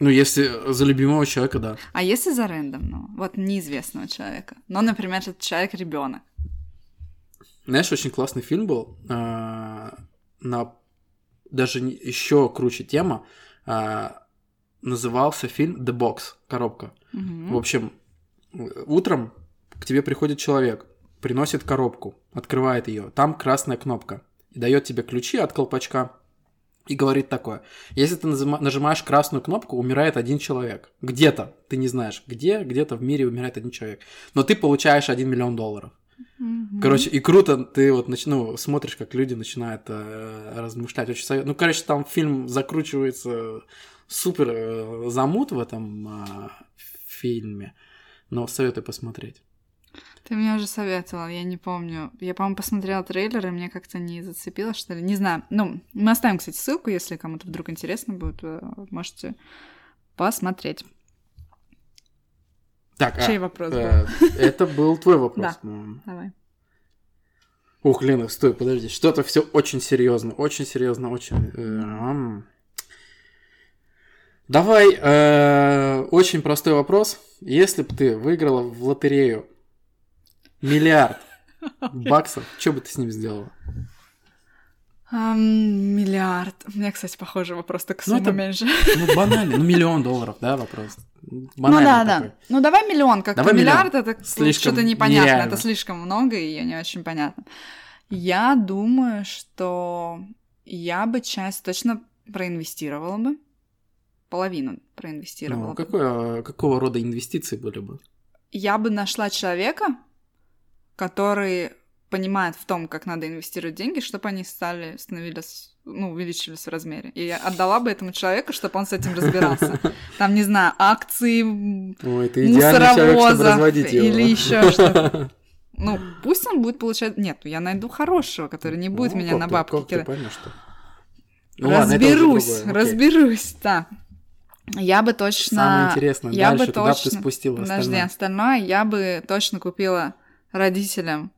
Ну, если за любимого человека, да. А если за рандомного? Вот неизвестного человека. Но, например, этот человек ребенок. Знаешь, очень классный фильм был. а, На даже еще круче тема. а, Назывался фильм The Box коробка. В общем, утром к тебе приходит человек, приносит коробку, открывает ее, там красная кнопка, и дает тебе ключи от колпачка и говорит такое. Если ты назыма- нажимаешь красную кнопку, умирает один человек. Где-то, ты не знаешь, где, где-то в мире умирает один человек. Но ты получаешь 1 миллион долларов. Короче, и круто, ты вот нач- ну, смотришь, как люди начинают э, размышлять. Очень совет- Ну, короче, там фильм закручивается супер э, замут в этом э, фильме. Но советую посмотреть. Ты мне уже советовал, я не помню. Я, по-моему, посмотрела трейлер, и мне как-то не зацепило, что ли. Не знаю. Ну, мы оставим, кстати, ссылку, если кому-то вдруг интересно будет, э, можете посмотреть. Так, а, Чей вопрос э, был? это был твой вопрос. Да. по-моему. Давай. Ух, Лена, стой, подожди. Что-то все очень серьезно, очень серьезно, очень. э, ам. Давай, э, очень простой вопрос. Если бы ты выиграла в лотерею миллиард баксов, что бы ты с ним сделала? Ам, миллиард. У меня, кстати, похожий вопрос, только Ну, сумма это меньше. Ну, банально, ну, миллион долларов, да, вопрос? Ну Банальный да, такой. да. Ну давай миллион, как Давай миллиард, это Слишком что-то непонятно, нереально. это слишком много и не очень понятно. Я думаю, что я бы часть точно проинвестировала бы, половину проинвестировала. Ну, бы. какое- какого рода инвестиции были бы? Я бы нашла человека, который понимает в том, как надо инвестировать деньги, чтобы они стали становились ну, увеличились в размере. И я отдала бы этому человеку, чтобы он с этим разбирался. Там, не знаю, акции, м, Ой, ты идеальный человек, чтобы мусоровозов разводить его. Ну, или еще что-то. Ну, пусть он будет получать... Нет, я найду хорошего, который не будет Ну, меня как на ты- бабки как ты кидать. понял, что? Ну ладно, это уже Разберусь, другое, окей. разберусь, да. Я бы точно... Самое интересное, я бы дальше куда бы ты точно- спустила Подожди, остальное? остальное я бы точно купила родителям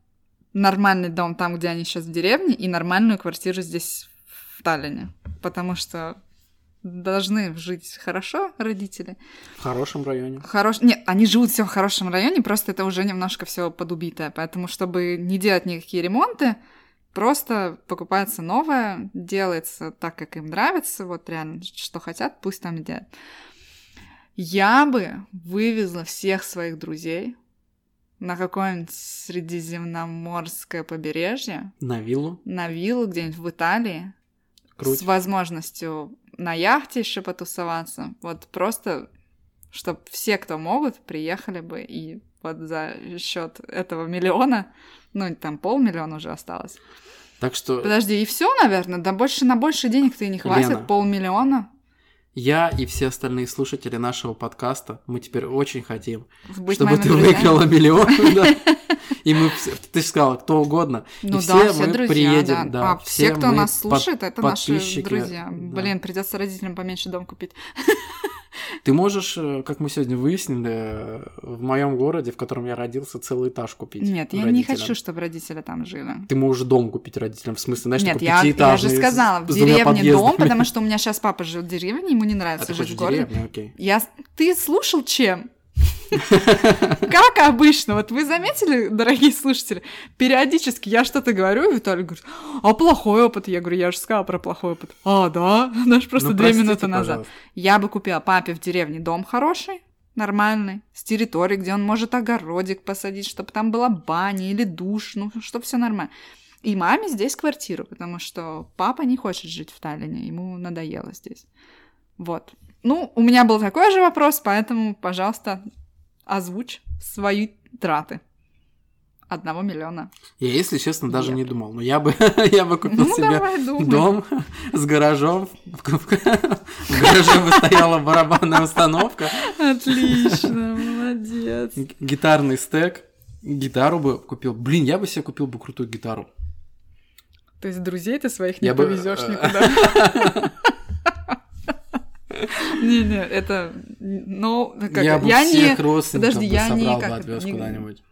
нормальный дом там, где они сейчас в деревне, и нормальную квартиру здесь, в Таллине. Потому что должны жить хорошо родители. В хорошем районе. Хорош... Нет, они живут все в хорошем районе, просто это уже немножко все подубитое. Поэтому, чтобы не делать никакие ремонты, просто покупается новое, делается так, как им нравится, вот реально, что хотят, пусть там и делают. Я бы вывезла всех своих друзей на какое-нибудь средиземноморское побережье, На виллу. на виллу где-нибудь в Италии, с Круть. возможностью на яхте еще потусоваться. Вот просто, чтобы все, кто могут, приехали бы и вот за счет этого миллиона, ну там полмиллиона уже осталось. Так что Подожди, и все, наверное, да больше на больше денег-то и не хватит, Лена. полмиллиона. Я и все остальные слушатели нашего подкаста, мы теперь очень хотим, Быть чтобы моими ты друзьями. выиграла миллион. да. И мы, все- ты же сказала, кто угодно. Ну и да, все все мы друзья, приедем, да. да, А все, все кто мы нас под- слушает, это наши подписчики, друзья. да. Блин, придется родителям поменьше дом купить. Ты можешь, э, как мы сегодня выяснили, э, в моем городе, в котором я родился, целый этаж купить. Нет, я не родителям. хочу, чтобы родители там жили. Ты можешь дом купить родителям, в смысле, знаешь, Нет, такой я, я же пятиэтажный с- сказала, в с двумя деревне дом, подъездами. потому что у меня сейчас папа живет в деревне, ему не А нравится ты жить хочешь в городе. деревню, окей. Я... Ты слушал чем? Как обычно, вот вы заметили, дорогие слушатели, периодически я что-то говорю, и Виталий говорит, а плохой опыт? Я говорю, я же сказала про плохой опыт. А, да? Наш просто Ну, две простите, минуты назад. пожалуйста. Я бы купила папе в деревне дом хороший, нормальный, с территорией, где он может огородик посадить, чтобы там была баня или душ, ну, чтобы все нормально. И маме здесь квартиру, потому что папа не хочет жить в Таллине, ему надоело здесь. Вот. Ну, у меня был такой же вопрос, поэтому, пожалуйста, озвучь свои траты. Одного миллиона. Я, если честно, даже Нет. не думал. Но я бы, я бы купил Ну, себе давай думай. дом с гаражом. В гараже бы стояла барабанная установка, Отлично, молодец. г- гитарный стек, гитару бы купил. Блин, я бы себе купил бы крутую гитару. То есть друзей ты своих Я не бы- э, повезешь никуда. Не-не, это... Ну, как... я бы Я не... всех родственников подожди, бы я не- собрал как бы это, отвез не- куда-нибудь.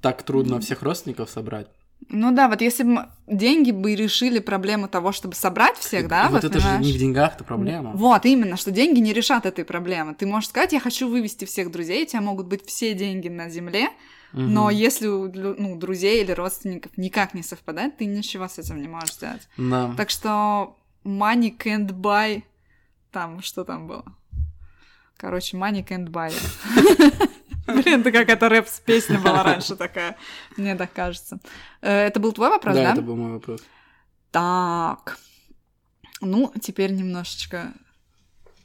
Так трудно всех родственников собрать. Ну да, вот если бы деньги бы решили проблему того, чтобы собрать всех, да, вот это же понимаешь? не в деньгах-то проблема. Вот, именно, что деньги не решат этой проблемы. Ты можешь сказать, я хочу вывести всех друзей, у тебя могут быть все деньги на земле, Мгм. но если у лю- ну, друзей или родственников никак не совпадает, ты ничего с этим не можешь сделать. Да. Так что money can't buy. Там, что там было? Короче, money can't buy. Блин, это какая-то рэп-песня была раньше такая, мне так кажется. Э, Это был твой вопрос, да, да? это был мой вопрос. Так. Ну, теперь немножечко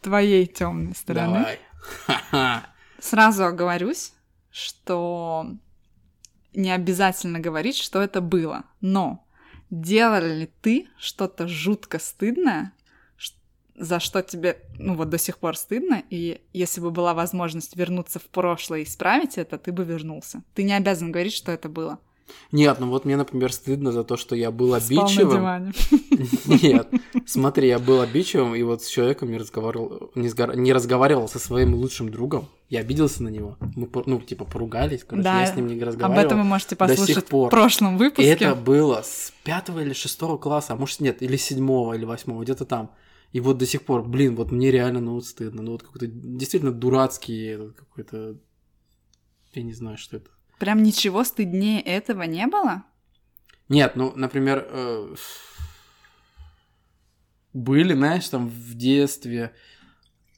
твоей темной стороны. Давай. Ха-ха. Сразу оговорюсь, что не обязательно говорить, что это было. Но делали ли ты что-то жутко стыдное, ш- за что тебе, ну вот до сих пор стыдно, и если бы была возможность вернуться в прошлое и исправить это, ты бы вернулся. Ты не обязан говорить, что это было. Нет, ну вот мне, например, стыдно за то, что я был Спал на обидчивым. диване. Нет, смотри, я был обидчивым, и вот с человеком не разговаривал, не, сгора- не разговаривал со своим лучшим другом. Я обиделся на него. Мы, пор- ну, типа, поругались, короче, Да, я с ним не Об разговаривал. этом вы можете до сих послушать в пор. прошлом И выпуске. это было с пятого или шестого класса, а может нет, или седьмого, или восьмого, где-то там. И вот до сих пор, блин, вот мне реально, ну вот стыдно, ну вот какой-то действительно дурацкий этот какой-то, я не знаю, что это. Прям ничего стыднее этого не было? Нет, ну, например, э, были, знаешь, там в детстве,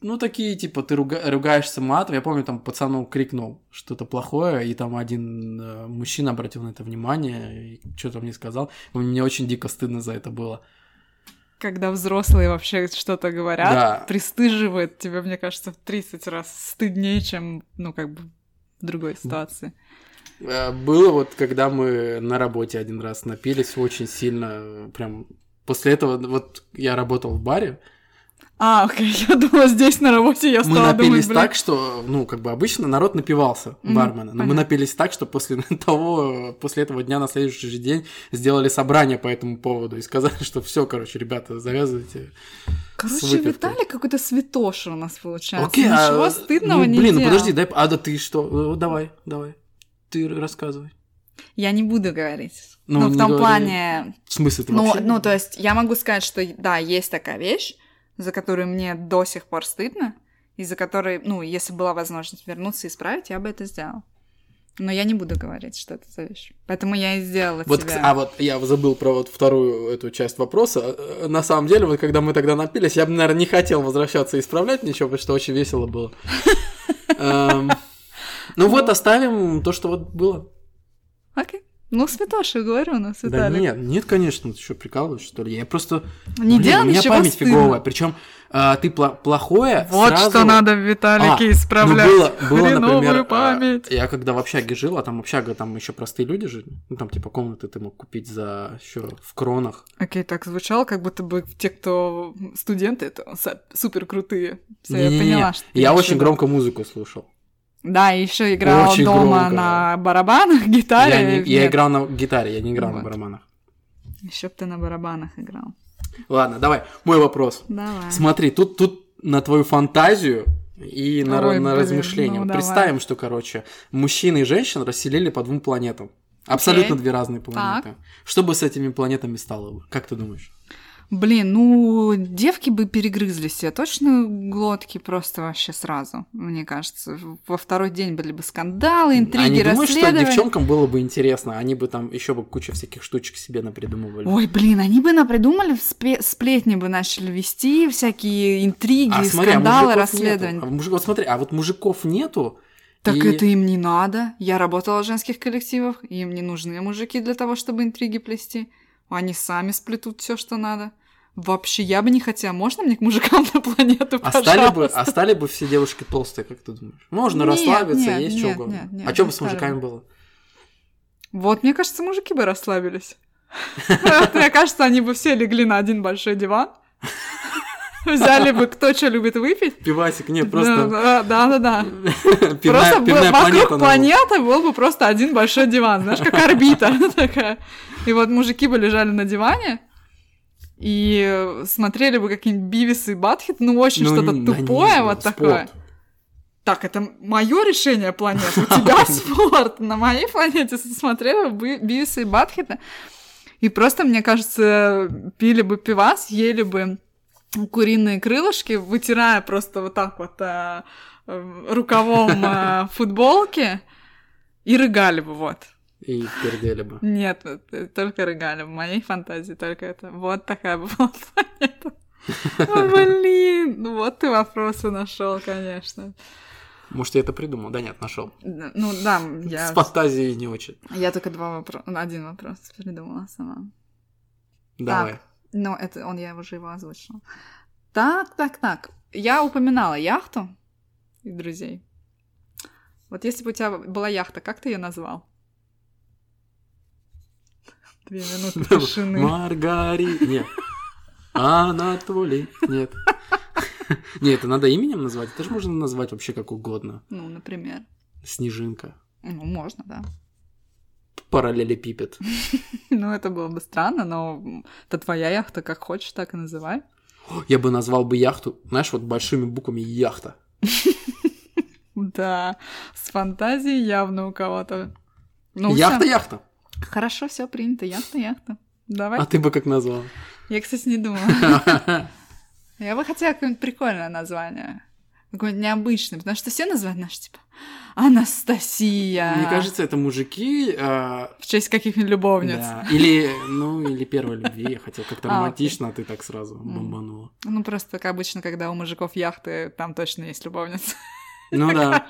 ну, такие, типа, ты руга- ругаешься матом, я помню, там пацану крикнул что-то плохое, и там один э, мужчина обратил на это внимание, и что-то мне сказал, мне очень дико стыдно за это было. Когда взрослые вообще что-то говорят, Да. пристыживает тебя, мне кажется, в 30 раз стыднее, чем, ну, как бы в другой ситуации. Э, Было вот, когда мы на работе один раз напились очень сильно, э, прям после этого, вот я работал в баре, А, окей, я думала, здесь на работе я мы стала напились думать, так, что, ну, как бы обычно народ напивался Мгм, бармена, но мы понятно. напились так, что после того, э, после этого дня на следующий же день сделали собрание по этому поводу и сказали, что все, короче, ребята, завязывайте. с Короче, выпивкой. Виталий какой-то святоша у нас получается. Окей, а, Ничего э, стыдного ну, не Блин, ну делал. подожди, дай, а да ты что? Э, Давай, давай, ты рассказывай. Я не буду говорить. Ну, Ну, в не том говори. плане, В смысле ты ну, вообще? ну, то есть я могу сказать, что да, есть такая вещь, за которую мне до сих пор стыдно, и за которой, ну, если была возможность вернуться и исправить, я бы это сделала. Но я не буду говорить, что это за вещь. Поэтому я и сделала Вот, тебе. кс- а вот я забыл про вот вторую эту часть вопроса. Э, На самом деле, вот когда мы тогда напились, я бы, наверное, не хотел возвращаться и исправлять ничего, потому что очень весело было. Ну, Эм, Ну вот, оставим то, что вот было. Окей. Ну, святоша, говорю, ну, Да святали. нет, нет, конечно, ты что, прикалываешься, что ли? Я просто... Не Блин, делай у меня ничего память стыдного. фиговая. Причем ты пла- плохое Вот сразу- что надо в Виталике А, исправлять. Ну, было, было, Хреновую например, память. а, я когда в общаге жил, а там общага, там еще простые люди жили, ну, там типа комнаты ты мог купить за еще в кронах. Окей, так звучало, как будто бы те, кто студенты, это супер крутые. Все, я Не-не-не, поняла, что... ты Я имеешь в очень виду. громко музыку слушал. Да, и еще играла Очень дома громко. на барабанах, гитаре. Я, не- я Нет, играл на гитаре, я не играл на Вот. барабанах. Еще б ты на барабанах играл. Ладно, давай, мой вопрос. Давай. Смотри, тут, тут на твою фантазию и на, Ой, на блин, размышления. ну Вот давай. Представим, что, короче, мужчин и женщин расселили по двум планетам. Абсолютно две разные планеты. Что бы с этими планетами стало? бы? Как ты думаешь? Блин, ну, девки бы перегрызли себе точно глотки просто вообще сразу, мне кажется. Во второй день были бы скандалы, а Ну, интриги, не думаешь, что расследования. девчонкам было бы интересно? Они бы там еще бы кучу всяких штучек себе напридумывали. Ой, блин, они бы напридумали, спе- сплетни бы начали вести, всякие интриги, а смотри, а скандалы, мужиков расследования. нету. А мужик- вот смотри, а вот мужиков нету. Так и- это им не надо. Я работала в женских коллективах, и им не нужны мужики для того, чтобы интриги плести. Они сами сплетут все, что надо. Вообще, я бы не хотела. Можно мне к мужикам на планету, А стали, бы, пожалуйста? а стали бы все девушки толстые, как ты думаешь? Можно Нет, расслабиться, нет, есть нет, что угодно. нет, нет, а что не бы с стали мужиками было? Вот, мне кажется, мужики бы расслабились. Вот, Мне кажется, они бы все легли на один большой диван. Взяли бы, кто что любит выпить. Пивасик, нет, просто... Да-да-да. пивная- Просто бы- пивная вокруг планета, ну. планеты был бы просто один большой диван, знаешь, как орбита такая. И вот мужики бы лежали на диване и э, смотрели бы какие-нибудь Бивис и Батхит, ну очень Ну, что-то не- да тупое не, вот спорт. такое. Так, это мое решение планеты, у тебя спорт. На моей планете смотрела бы Бивиса и Батхита. И просто, мне кажется, пили бы пивас, ели бы куриные крылышки, вытирая просто вот так вот а, э, рукавом а, футболки и рыгали бы, вот. И пердели бы. Нет, э, только рыгали, в моей фантазии только это. Вот такая бы была планета. Ой, Блин, ну вот ты вопросы нашел, конечно. Может, я это придумал? Да нет, нашел. Н- Ну да, С я, фантазией не очень. я только два вопроса, один вопрос придумала сама. Давай. Но это он, я уже его озвучила. Так, так, так. Я упоминала яхту и друзей. Вот если бы у тебя была яхта, как ты ее назвал? Две минуты а? тишины. Маргари... Нет. Анатолий. Нет. Нет, это надо именем назвать. Это же можно назвать вообще как угодно. Ну, например. Снежинка. Ну, можно, да. Параллелепипед. Ну, это было бы странно, но это твоя яхта, как хочешь, так и называй. О, Я бы назвал бы яхту, знаешь, вот большими буквами яхта. Да, с фантазией явно у кого-то. Ну, яхта, всё. яхта. Хорошо, все принято, яхта, яхта. Давай. А ты бы как назвал? Я, кстати, не думала. Я бы хотела какое-нибудь прикольное название. Какое-нибудь необычное, потому что все называют наши, типа, Анастасия. Мне кажется, это мужики э, В честь каких-нибудь любовниц. Да. Или, ну, или первой любви, я хотел как-то А, романтично, а ты так сразу бомбанула. Ну, просто, как обычно, когда у мужиков яхты, там точно есть любовница. Ну да,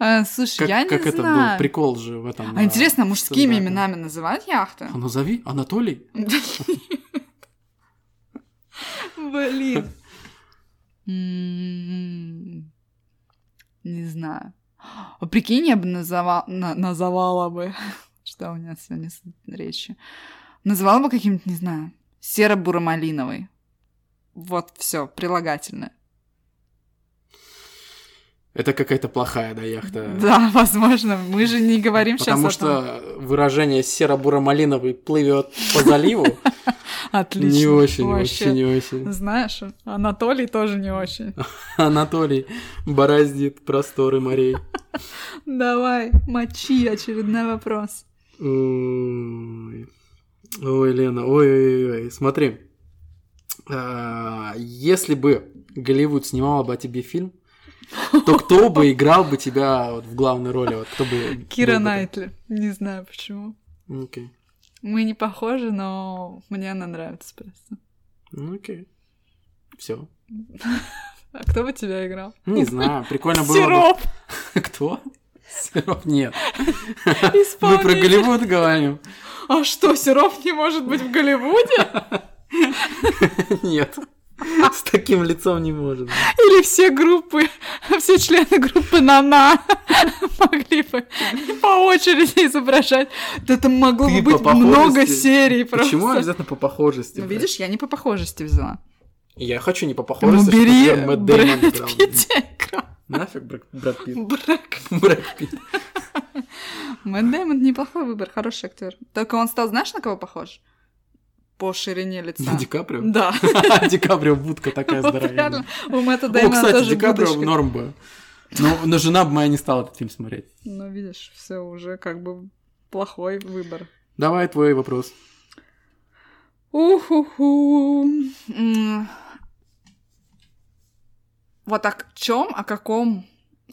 А, Слушай, как, я не как это был знаю. прикол же в этом. А э, интересно, мужскими стендапе. именами называют яхты? А назови, Анатолий. Блин. М, Не знаю. А прикинь, я бы назова- на- назовала бы... Что у меня сегодня с речью? Называла бы каким-нибудь, не знаю, серо-буромалиновый. Вот все, прилагательное. Это какая-то плохая, да, яхта. Да, возможно, мы же не говорим сейчас Э. Потому о том. что выражение серо-буро-малиновый плывет по заливу Отлично. не очень, вообще. вообще не очень. Знаешь, Анатолий тоже не очень. Анатолий бороздит просторы морей. Давай, мочи, очередной вопрос. Ой, Ой, Лена, ой-ой-ой, смотри. А, Если бы Голливуд снимал бы о тебе фильм, то кто бы играл бы тебя вот в главной роли? Вот кто бы Кира был бы ты? Найтли. Не знаю почему. Окей. Мы не похожи, но мне она нравится просто. Ну, окей. Все. А кто бы тебя играл? Не знаю, прикольно было бы... Сироп! Кто? Сыров нет. Мы про Исполнитель. Голливуд говорим. А что, Серов не может быть в Голливуде? Нет. С таким лицом не может. быть. Или все группы, все члены группы Нана могли бы по очереди изображать? Да там могло бы Ты быть по много похожести. серий просто. Почему обязательно по похожести? Ну, блядь? видишь, я не по похожести взяла. Я хочу не по Ну, похожести, чтобы бери я Мэтт Дэймон Брэд играл. Питта играл. Нафиг Брэд Брэд Питт. Брэк. Брэд Питт. Мэтт Дэймон неплохой выбор, хороший актер. Только он стал, знаешь, на кого похож? По ширине лица. На Ди Каприо? Да. Ди Каприо будка такая Вот здоровенная. реально. У Мэтта О, Дэймона кстати, тоже Ди Каприо будочка. норм бы. Но, но жена бы моя не стала этот фильм смотреть. Ну, видишь, все уже как бы плохой выбор. Давай твой вопрос. Уху-ху. М. Вот о чем, о каком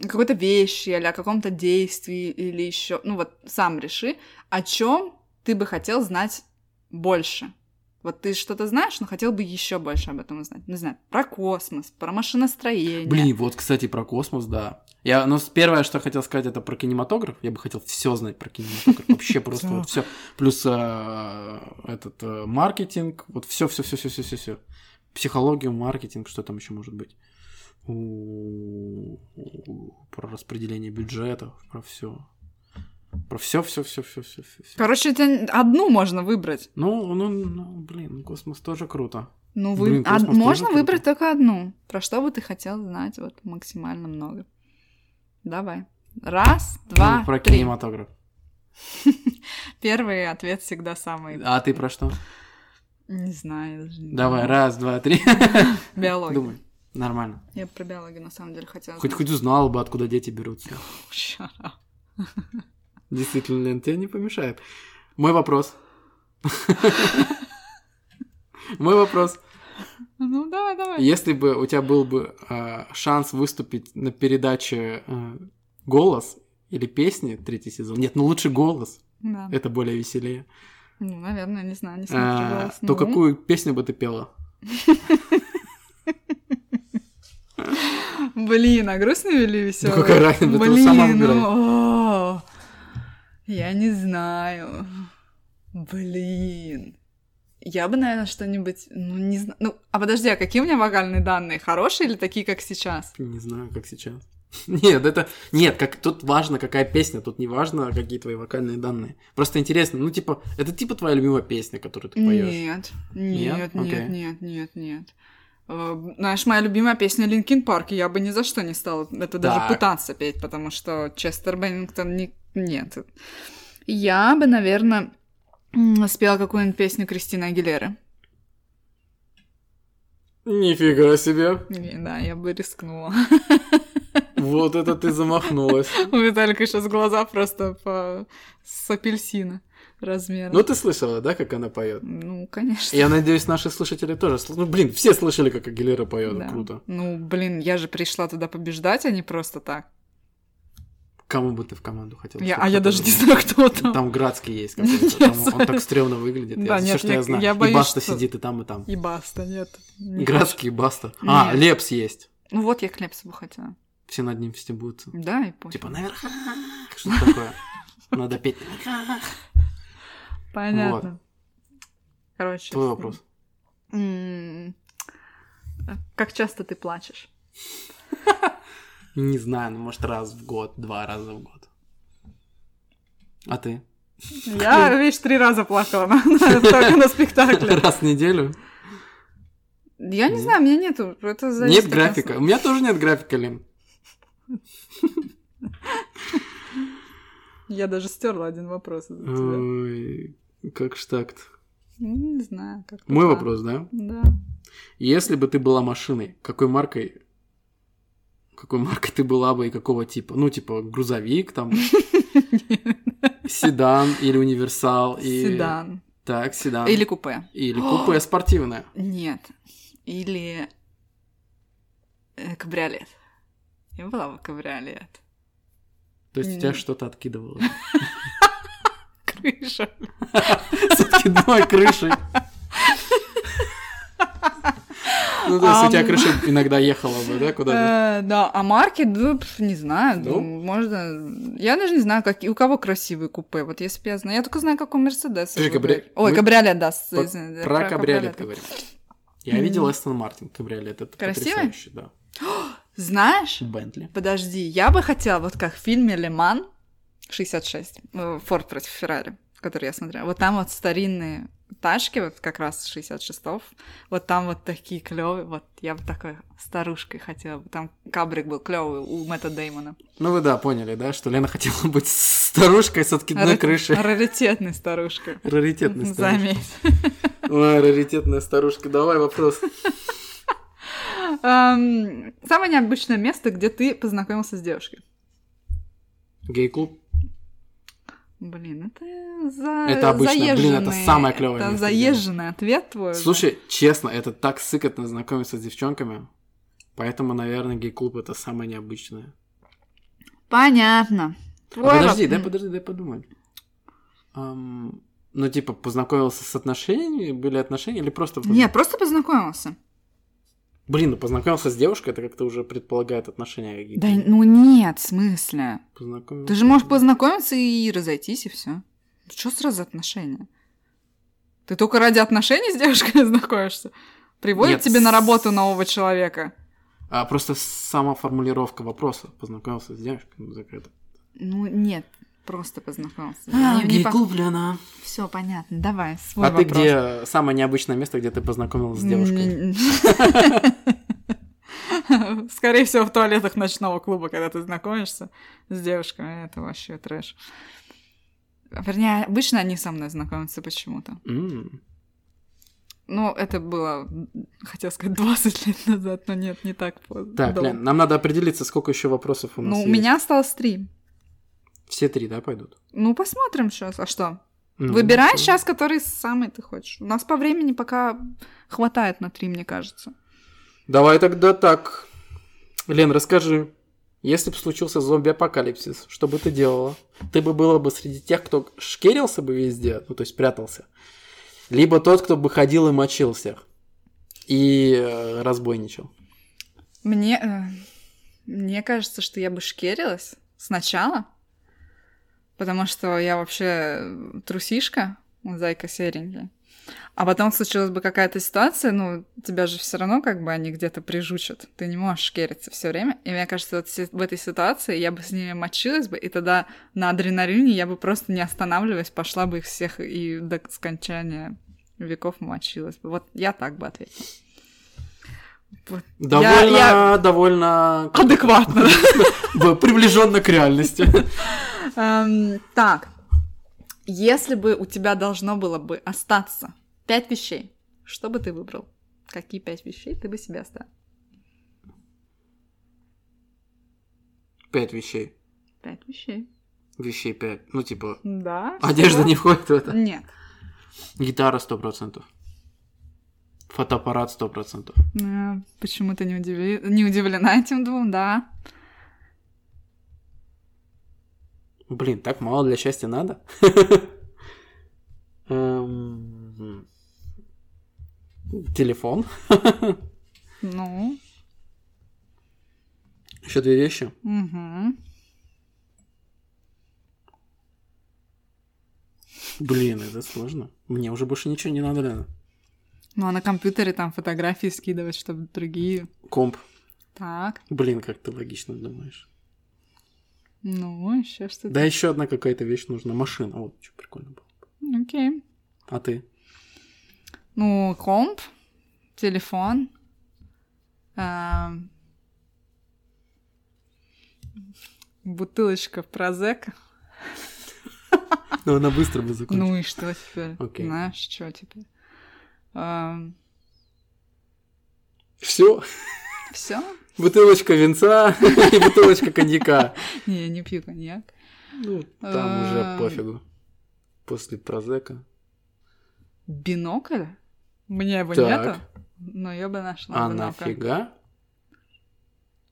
о какой-то вещи или о каком-то действии или еще, ну вот сам реши, о чем ты бы хотел знать больше. Вот ты что-то знаешь, но хотел бы еще больше об этом узнать. Не знаю, про космос, про машиностроение. Блин, вот, кстати, про космос, да. Я, ну, с- первое, что хотел сказать, это про кинематограф. Я бы хотел все знать про кинематограф. Вообще просто вот все. Плюс э, этот э, маркетинг, вот все, все, все, все, все, все, все. Психологию, маркетинг, что там еще может быть? У- у- Про распределение бюджетов, про все. Про все, все, все, все, все, все. Короче, у тебя одну можно выбрать. Ну, ну, ну, блин, космос тоже круто. Ну, вы... Блин, а космос тоже можно круто. выбрать только одну. Про что бы ты хотел знать вот максимально много? Давай. Раз, два, Ну, про три. кинематограф. Первый ответ всегда самый. А ты про что? Не знаю. я даже не Давай, знаю. раз, два, три. Биология. Думай. Нормально. Я про биологию на самом деле хотела. Хоть знать. хоть узнала бы, откуда дети берутся. Действительно, Лен, тебе не помешает. Мой вопрос. Мой вопрос. Ну давай, давай. Если бы у тебя был бы э, шанс выступить на передаче э, «Голос» или «Песни» третий сезон, нет, ну лучше «Голос», Да. это более веселее, Ну, наверное, не знаю, не смотрю Э, голос. то Ну, какую песню бы ты пела? Блин, а грустный или веселый? какая разница, ты Блин, сама выбирай. ну, о, я не знаю. Блин. Я бы, наверное, что-нибудь, ну, не знаю. Ну, а подожди, а какие у меня вокальные данные? Хорошие или такие, как сейчас? Не знаю, как сейчас. Нет, это... Нет, как... тут важно, какая песня, тут не важно, какие твои вокальные данные. Просто интересно, ну, типа, это типа твоя любимая песня, которую ты поешь. Нет, нет, нет, Окей. нет, нет, нет, Э, Знаешь, моя любимая песня Линкин Парк, и я бы ни за что не стала это Так. даже пытаться петь, потому что Честер Беннингтон не... нет. Я бы, наверное, спела какую-нибудь песню Кристины Агилеры. Нифига себе. И Да, я бы рискнула. Вот это ты замахнулась. У Виталика сейчас глаза просто по... с апельсина размера. Ну, ты слышала, да, как она поет? Ну, конечно. Я надеюсь, наши слушатели тоже. сл- Ну, блин, все слышали, как Агилера поет. Да. Круто. Ну, блин, я же пришла туда побеждать, а не просто так. Кому бы ты в команду хотел? Я- чтобы а я кто-то даже не был? знаю, кто там. Там Градский есть какой-то. там Yes. Он так стрёмно выглядит. Да, Я, нет, все, что я- я знаю. я боюсь, и Баста что- сидит и там, и там. И баста, нет. не хочу. Градский и Баста. А, Нет. Лепс есть. Ну вот я Клепсову хотела. Все над ним стебутся. Да, и пофиг. Типа наверх. Что такое? Надо петь. Понятно. Короче. Твой с- вопрос. М, а Как часто ты плачешь? Не знаю, ну может раз в год, два раза в год. А ты? Я, видишь, три раза плакала только на спектакле. Раз в неделю? Я не Нет. знаю, у меня нету. Это зависит Нет от графика. У меня тоже нет графика, Лен. нас. Я даже стерла один вопрос Э. из тебя. Ой, Как ж так-то? Ну, Не знаю, как. Мой вопрос, да? Да. Если бы ты была машиной, какой маркой какой маркой ты была бы и какого типа? Ну, типа, грузовик, там, седан или универсал. И... А. Седан. Так, седан. Или купе. Или купе спортивное. Нет. Или э, кабриолет. Я была бы кабриолет. То есть у тебя Мгм. что-то откидывало. Крыша. С откидной крышей. Ну, то есть у Ам. тебя крыша иногда ехала бы, да, куда-то? Э, Да, а марки, да, пф, не знаю, Ну. ну, можно... Я даже не знаю, как... и у кого красивые купе, вот если бы я знаю. Я только знаю, как у Мерседеса. Э, вы кабри- говорите. Ой, мы кабриолет, да. с- по- извини, да, Про кабриолет Э, говорим. кабриолет. Я видел Эстон Мартин кабриолет, это Красивый? потрясающе, да. Знаешь, Бентли. подожди, я бы хотела, вот как в фильме «Леман» 66, э, «Форд против Феррари», который я смотрела, вот там вот старинные тачки, вот как раз 66-ов, вот там вот такие клевые, вот я бы такой старушкой хотела бы, там кабрик был клевый у Мэтта Деймона. Ну вы да, поняли, да, что Лена хотела быть старушкой с откидной Ра- крышей. А Раритетный старушка. Раритетная старушка. Заметь. Ой, раритетная старушка, давай вопрос. Эм, Самое необычное место, где ты познакомился с девушкой. Гей-клуб? Блин, это за... Это обычно. Блин, это заезженный- самое клёвое Это место, заезженный ответ твой. Слушай, честно, это так сыкотно знакомиться с девчонками. Поэтому, наверное, гей-клуб это самое необычное. Понятно. А Твой подожди, воп- дай подожди, дай подумать. Ам, ну, типа, познакомился с отношениями, были отношения или просто... позна- Нет, просто познакомился. Блин, ну познакомился с девушкой, это как-то уже предполагает отношения какие-то. Да, ну нет, в смысле. Познакомился. Ты же можешь познакомиться и разойтись, и все. Что сразу отношения? Ты только ради отношений с девушкой знакомишься? Приводит Нет, тебе на с- работу нового человека? А просто сама формулировка вопроса. Познакомился с девушкой, ну, закрыто. Ну, нет, просто познакомился. А, Лена. Все понятно, давай, свой А ты где самое необычное место, где ты познакомилась с девушкой? девушкой? Скорее всего, в туалетах ночного клуба, когда ты знакомишься с девушками, это вообще трэш. Вернее, обычно они со мной знакомятся почему-то. М. Ну, это было, хотел сказать, 20 лет назад, но нет, не так поздно. Так, Долго. Лен, нам надо определиться, сколько еще вопросов у нас Ну, у есть. меня осталось три. Все три, да, пойдут? Ну, посмотрим сейчас. А что? Ну, Выбирай хорошо. сейчас, который самый ты хочешь. У нас по времени пока хватает на три, мне кажется. Давай тогда так. Лен, расскажи, если бы случился зомби-апокалипсис, что бы ты делала? Ты бы была бы среди тех, кто шкерился бы везде, ну, то есть прятался, либо тот, кто бы ходил и мочил всех и э, разбойничал. Мне, э, мне кажется, что я бы шкерилась сначала, потому что я вообще э, трусишка, зайка серенькая. А потом случилась бы какая-то ситуация, ну, тебя же все равно как бы они где-то прижучат. Ты не можешь шкериться все время. И мне кажется, вот си- в этой ситуации я бы с ними мочилась бы, и тогда на адреналине я бы просто не останавливаясь, пошла бы их всех и до скончания веков мочилась бы. Вот я так бы ответила. Вот. Я- Довольно, я- довольно адекватно. приближенно к реальности. Эм, Так, если бы у тебя должно было бы остаться пять вещей, что бы ты выбрал? Какие пять вещей ты бы себе оставил? Пять вещей. Пять вещей. Вещей пять. Ну, типа, Да. одежда что? не входит в это. Нет. Гитара сто процентов. Фотоаппарат сто процентов. Э, Почему ты не, удиви- не удивлена этим двум, да? Блин, так мало для счастья надо? Эм, Телефон. Ну, Еще две вещи. угу. Блин, это сложно. Мне уже больше ничего не надо, Лена. Ну, а на компьютере там фотографии скидывать, чтобы другие... Комп. Так, Блин, как ты логично думаешь. ну, еще что-то. Да, еще одна какая-то вещь нужна. Машина. Вот, что прикольно было. Окей. А ты? Ну, комп, телефон. эм, Бутылочка прозека. Ну, она быстро бы закончила. Ну и что теперь? Окей. Знаешь, что теперь? Эм, Все. Все? Бутылочка венца и бутылочка коньяка. Не, я не пью коньяк. Ну, там уже Эм. пофигу. После прозека. Бинокль? Мне его Так. нету, но я бы нашла А бинокль. нафига?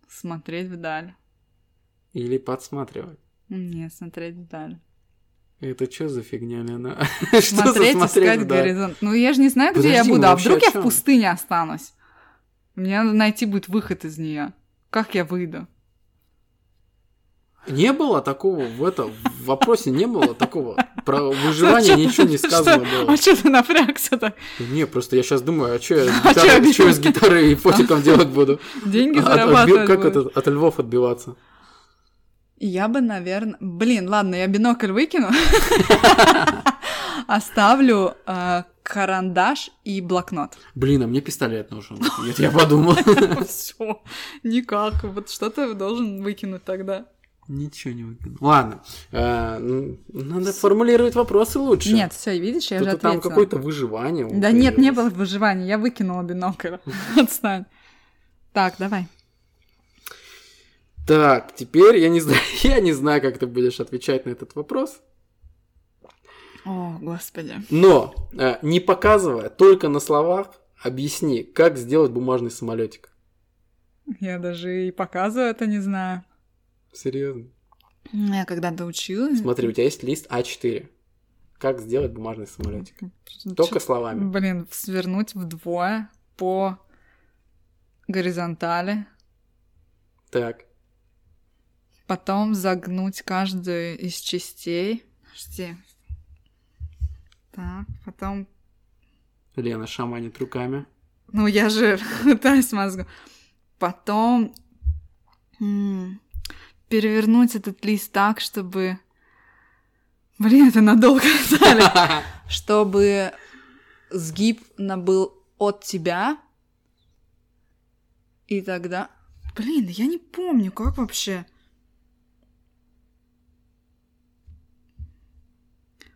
Смотреть вдаль. Или подсматривать? Не, смотреть вдаль. Это что за фигня, Лена? Что за Смотреть, смотреть искать вдаль? горизонт. Ну, я же не знаю, где я Подожди, мы буду. А вообще о вдруг я в чём? пустыне останусь? Мне надо найти будет выход из нее. Как я выйду? Не было такого в этом в вопросе, не было такого. Про выживание Ну, Чё- ничего не сказано что- было. А что ты напрягся так? Не, просто я сейчас думаю, а что я, с А чё я гитарой- без- чё я с гитарой и фотиком делать буду? А Деньги От- отби- зарабатывать Как будешь. это, от львов отбиваться? Я бы, наверное... Блин, ладно, я бинокль выкину. Оставлю э, карандаш и блокнот. Блин, а мне пистолет нужен. Это я подумал. Все, никак. Вот что-то должен выкинуть тогда. Ничего не выкинул. Ладно. э, ну, Надо формулировать вопросы лучше. Нет, все, видишь, я уже Тут там ответила. какое-то выживание. вот, Да нет, не появилось. было выживания, я выкинула бинокль. Отстань. Так, давай. Так, теперь я не знаю, я не знаю, как ты будешь отвечать на этот вопрос. О, господи. Но э, не показывая, только на словах, объясни, как сделать бумажный самолетик. Я даже и показываю это не знаю. Серьезно. Ну, Я когда-то училась. Смотри, у тебя есть лист А4. Как сделать бумажный самолетик? Только словами. Блин, свернуть вдвое по горизонтали, Так. потом загнуть каждую из частей. Подожди. Так, потом... Лена шаманит руками. Ну, я же пытаюсь мозгу. Потом м, перевернуть этот лист так, чтобы... Блин, это надолго осталось. чтобы сгиб на- был от тебя. И тогда... Блин, я не помню, как вообще.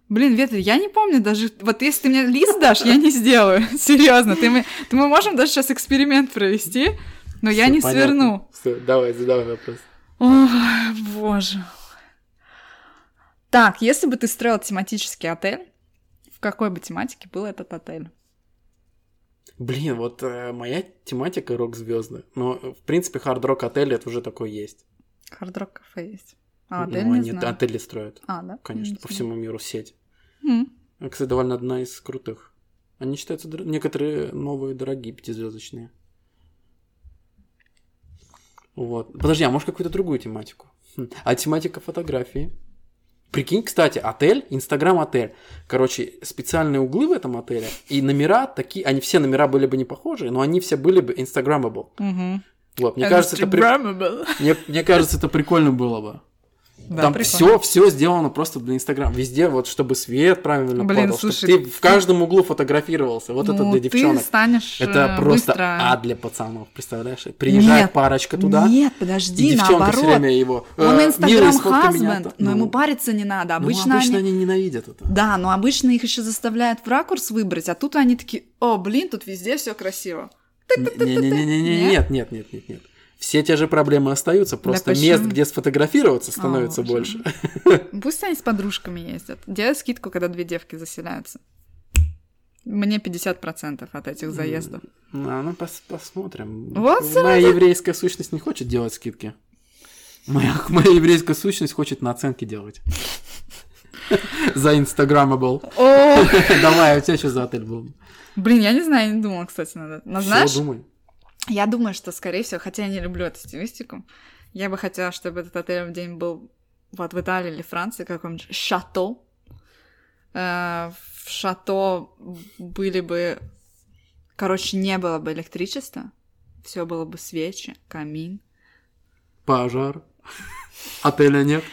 Блин, Ветер, я не помню даже... Вот если ты мне лист дашь, я не сделаю. Серьезно, ты мы, ты- мы можем даже сейчас эксперимент провести, но я не сверну. Все, давай, задавай вопрос. Ой, боже. Так, если бы ты строил тематический отель, в какой бы тематике был этот отель? Блин, вот э, моя тематика рок-звезды. Но, э, в принципе, хард-рок отель это уже такое есть. Хардрок кафе есть. А, Ну, отель не они знаю. отели строят, А, да? конечно, Не по знаю. всему миру сеть. М. А, Кстати, довольно одна из крутых. Они считаются дор- некоторые новые дорогие пятизвездочные. Вот. Подожди, а может какую-то другую тематику? Хм. А тематика фотографии? Прикинь, кстати, отель, Инстаграм-отель. Короче, специальные углы в этом отеле и номера такие, они все номера были бы не похожи, но они все были бы инстаграммабл. Мгм. Вот, Э, мне кажется, это при- Instagrammable. мне, мне кажется, это прикольно было бы. Да, Там прикольно. все, все сделано просто для Инстаграм. Везде, вот чтобы свет правильно Блин, падал, слушай, чтобы ты в каждом углу фотографировался. Вот это Ну, для девчонок. Ты станешь Это э, просто быстро... ад для пацанов, представляешь? Приезжает Нет, парочка туда, Нет, и подожди, девчонка все наоборот. время его... Он «Э, милый, инстаграм сфоткай меня хазбенд, там». но Ну, ему париться не надо. ну, Обычно они... они... ненавидят это. Да, но обычно их еще заставляют в ракурс выбрать, а тут они такие, о, блин, тут везде все красиво. Не-не-не-не-не, нет, нет, нет, нет, нет. Все те же проблемы остаются, просто почему? мест, где сфотографироваться, становится боже. больше. А, Пусть они с подружками ездят. Делай скидку, когда две девки заселяются. Мне 50% от этих заездов. А, ну пос- посмотрим. Вот Моя еврейская сущность не хочет делать скидки. Моя, моя еврейская сущность хочет наценки делать. За инстаграммабл. О, Давай, а у тебя что за отель был? Блин, я не знаю, я не думала, кстати, надо. Но Всё, Ну, знаешь, думай. я думаю, что, скорее всего, хотя я не люблю эту стилистику, я бы хотела, чтобы этот отель где-нибудь был вот в Италии или Франции, каком-нибудь шато. Э, В шато были бы... Короче, не было бы электричества, все было бы свечи, камин. Пожар. Отеля нет.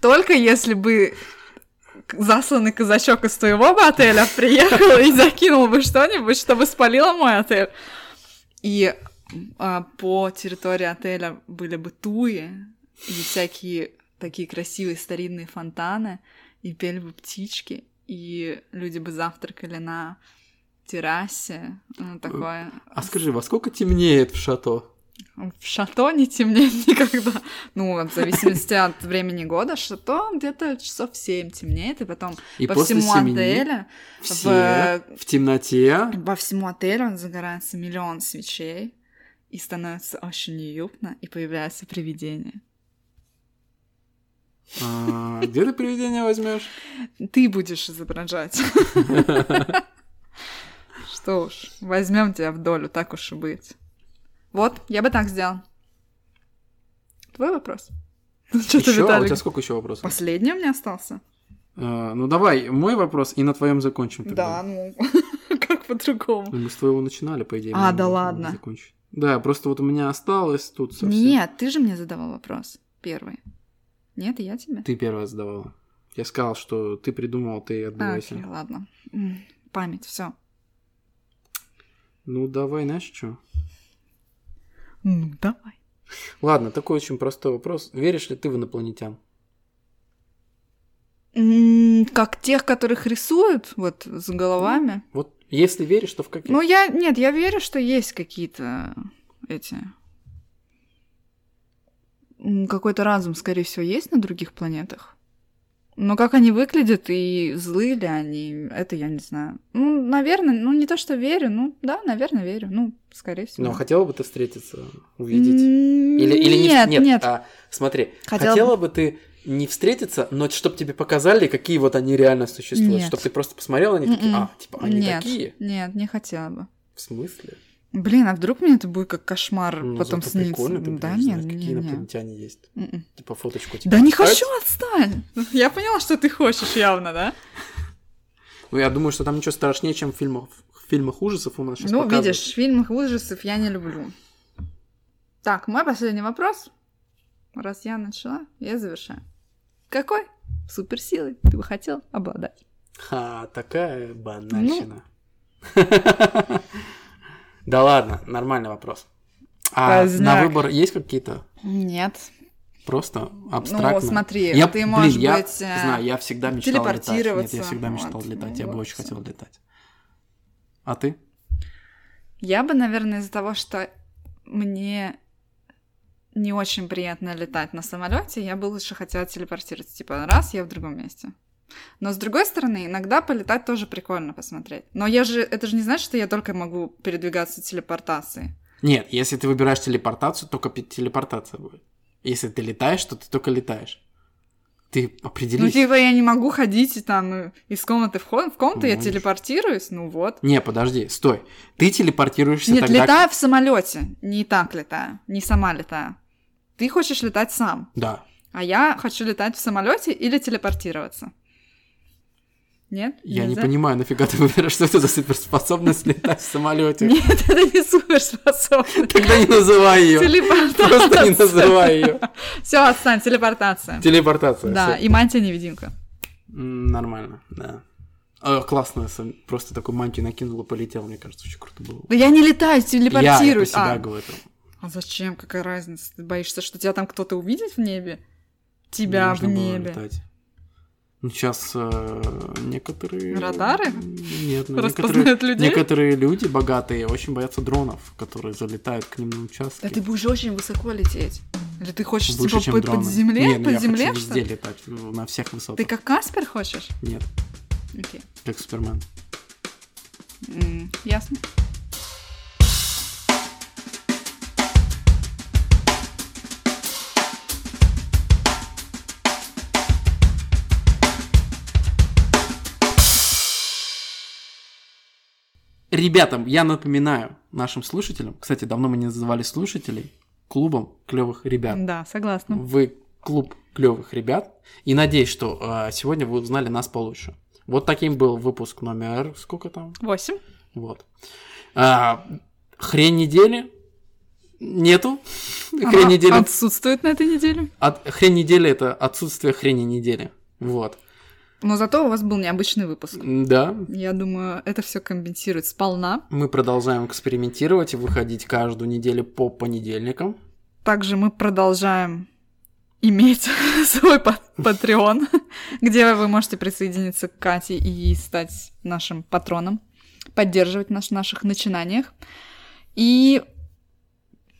Только если бы к- засланный казачок из твоего бы отеля приехал и закинул бы что-нибудь, чтобы спалило мой отель. И а, по территории отеля были бы туи и всякие такие красивые старинные фонтаны, и пели бы птички, и люди бы завтракали на террасе, ну, такое. А скажи, во сколько темнеет в шато? В шато не темнеет никогда. Ну, в зависимости от времени года, шато где-то часов в 7 темнеет, и потом И по после всему семени отелю, все в... темноте. во всему отелю он загорается миллион свечей, и становится очень неуютно, и появляется привидение. А, где ты привидение возьмешь? Ты будешь изображать. Что уж, возьмем тебя в долю, так уж и быть. Вот, я бы так сделал. Твой вопрос. Что Ещё? А ты, у тебя Виталик? сколько еще вопросов? Последний у меня остался. А, ну давай, мой вопрос, и на твоем закончим Да, тогда. ну, как по-другому. Ну, Мы с твоего начинали, по идее. А, можно да было ладно. закончить. Да, просто вот у меня осталось тут совсем. Нет, ты же мне задавал вопрос первый. Нет, я тебе. Ты первая задавала. Я сказал, что ты придумал, ты А, отбилась. окей, ладно. М, Память, все. Ну давай, знаешь что? Ну, давай. Ладно, такой очень простой вопрос. Веришь ли ты в инопланетян? М, Как тех, которых рисуют, вот, с головами. Вот если веришь, то в каких? Ну, я, нет, я верю, что есть какие-то эти... м, Какой-то разум, скорее всего, есть на других планетах. Но как они выглядят и злы ли они, это я не знаю. Ну, наверное, ну не то, что верю, ну да, наверное, верю. Ну, скорее всего. Ну, хотела бы ты встретиться, увидеть? Или, Или, или не- нет, нет, а, смотри, Хотела хотела, бы ты не встретиться, но чтобы тебе показали, какие вот они реально существуют. Нет. Чтобы ты просто посмотрела на них, такие, Мгм. а, типа, они нет, такие? Нет, не хотела бы. В смысле? Блин, а вдруг мне это будет как кошмар Ну, потом зато снится? прикольно, ты да, будешь нет, знать, не, какие не. М-м. инопланетяне есть. Мгм. Типа фоточку тебе Да не отправить. хочу, отстань! Я поняла, что ты хочешь явно, да? Ну, я думаю, что там ничего страшнее, чем в фильмах, в фильмах ужасов у нас сейчас ну, показывают. видишь, фильмов ужасов я не люблю. Так, мой последний вопрос. Раз я начала, я завершаю. Какой суперсилой ты бы хотел обладать? Ха, такая банальщина. Ну. Да ладно, нормальный вопрос. А на Поздняк. выбор есть какие-то Нет. просто абстрактные? Ну, смотри, Я, ты блин, можешь я быть... э, знаю, я всегда мечтал летать. Нет, я телепортироваться. всегда мечтал Вот, летать, ну я бы вот очень всё. хотел летать. А ты? Я бы, наверное, из-за того, что мне не очень приятно летать на самолете, я бы лучше хотела телепортироваться. Типа, раз, я в другом месте. Но с другой стороны, иногда полетать тоже прикольно посмотреть. Но я же, это же не значит, что я только могу передвигаться телепортацией. Нет, если ты выбираешь телепортацию, только пи- телепортация будет. Если ты летаешь, то ты только летаешь. Ты определись. Ну, типа, я не могу ходить и там э, из комнаты в, хо- в комнату, я Можешь. телепортируюсь, ну вот. Не, подожди, стой. Ты телепортируешься Нет, тогда... летаю в самолете, не так летаю, не сама летаю. Ты хочешь летать сам. Да. А я хочу летать в самолете или телепортироваться. Нет? Я не Нельзя? понимаю, нафига ты выбираешь, что это за суперспособность летать в самолете. Нет, это не суперспособность. Тогда не называй ее. Просто не Телепортация. называй ее. Все, отстань, телепортация. Телепортация. Да, всё. и мантия-невидимка. М, Нормально, да. Э, Классно, сам- просто такую мантию накинула, полетел, мне кажется, очень круто было. Да я не летаю, Я это телепортируюсь. себя а. говорю. а зачем? Какая разница? Ты боишься, что тебя там кто-то увидит в небе? Тебя в Нужно было небе. летать. Ну, сейчас э, некоторые... Радары? Нет, ну, некоторые, Распознают людей? некоторые люди богатые очень боятся дронов, которые залетают к ним на участки. Да ты будешь очень высоко лететь. Или ты хочешь Выше, типа чем под, дроны. под земле? Не, ну под я земле хочу что? везде летать, в- на всех высотах. Ты как Каспер хочешь? Нет, Окей. как Супермен. М, Ясно. Ребятам, я напоминаю нашим слушателям, кстати, давно мы не называли слушателей, клубом клевых ребят. Да, согласна. Вы клуб клевых ребят. И надеюсь, что э, сегодня вы узнали нас получше. Вот таким был выпуск номер... Сколько там? Восемь. Вот. А, хрень недели нету. Хрень Она недели... отсутствует на этой неделе. от- Хрень недели — это отсутствие хрени недели. Вот. Но зато у вас был необычный выпуск. М, Да, Я думаю, это все компенсирует сполна. Мы продолжаем экспериментировать и выходить каждую неделю по понедельникам. Также мы продолжаем иметь свой пат- Patreon, где вы можете присоединиться к Кате и стать нашим патроном, поддерживать нас в наших начинаниях. И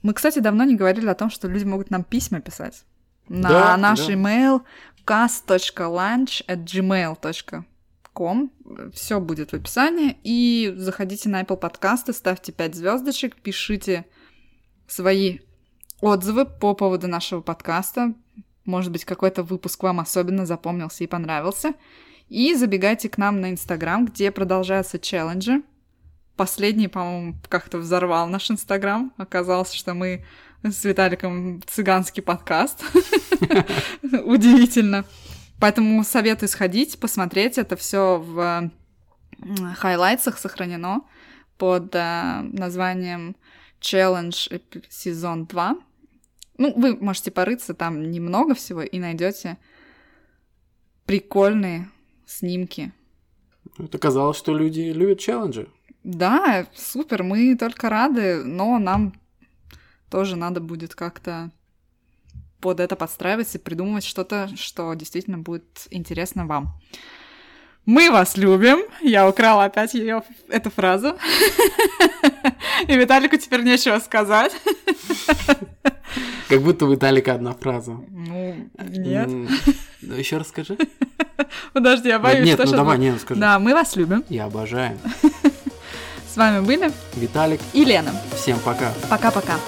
мы, кстати, давно не говорили о том, что люди могут нам письма писать на Да, наш да. email cast.lunch.gmail.com. Все будет в описании. И заходите на Apple подкасты, ставьте 5 звездочек, пишите свои отзывы по поводу нашего подкаста. Может быть, какой-то выпуск вам особенно запомнился и понравился. И забегайте к нам на Инстаграм, где продолжаются челленджи. последний, по-моему, как-то взорвал наш Инстаграм. Оказалось, что мы с Виталиком цыганский подкаст. Удивительно. Поэтому советую сходить, посмотреть. Это все в хайлайтсах сохранено под э, названием Challenge сезон 2. Ну, вы можете порыться, там немного всего, и найдете прикольные снимки. Это казалось, что люди любят челленджи. Да, супер, мы только рады, но нам тоже надо будет как-то под это подстраиваться и придумывать что-то, что действительно будет интересно вам. Мы вас любим. Я украла опять ее эту фразу. И Виталику теперь нечего сказать. Как будто у Виталика одна фраза. Ну, нет. Еще раз скажи. Подожди, я боюсь. Нет, ну давай, нет, скажи. Да, мы вас любим. Я обожаю. С вами были Виталик и Лена. Всем пока. Пока-пока.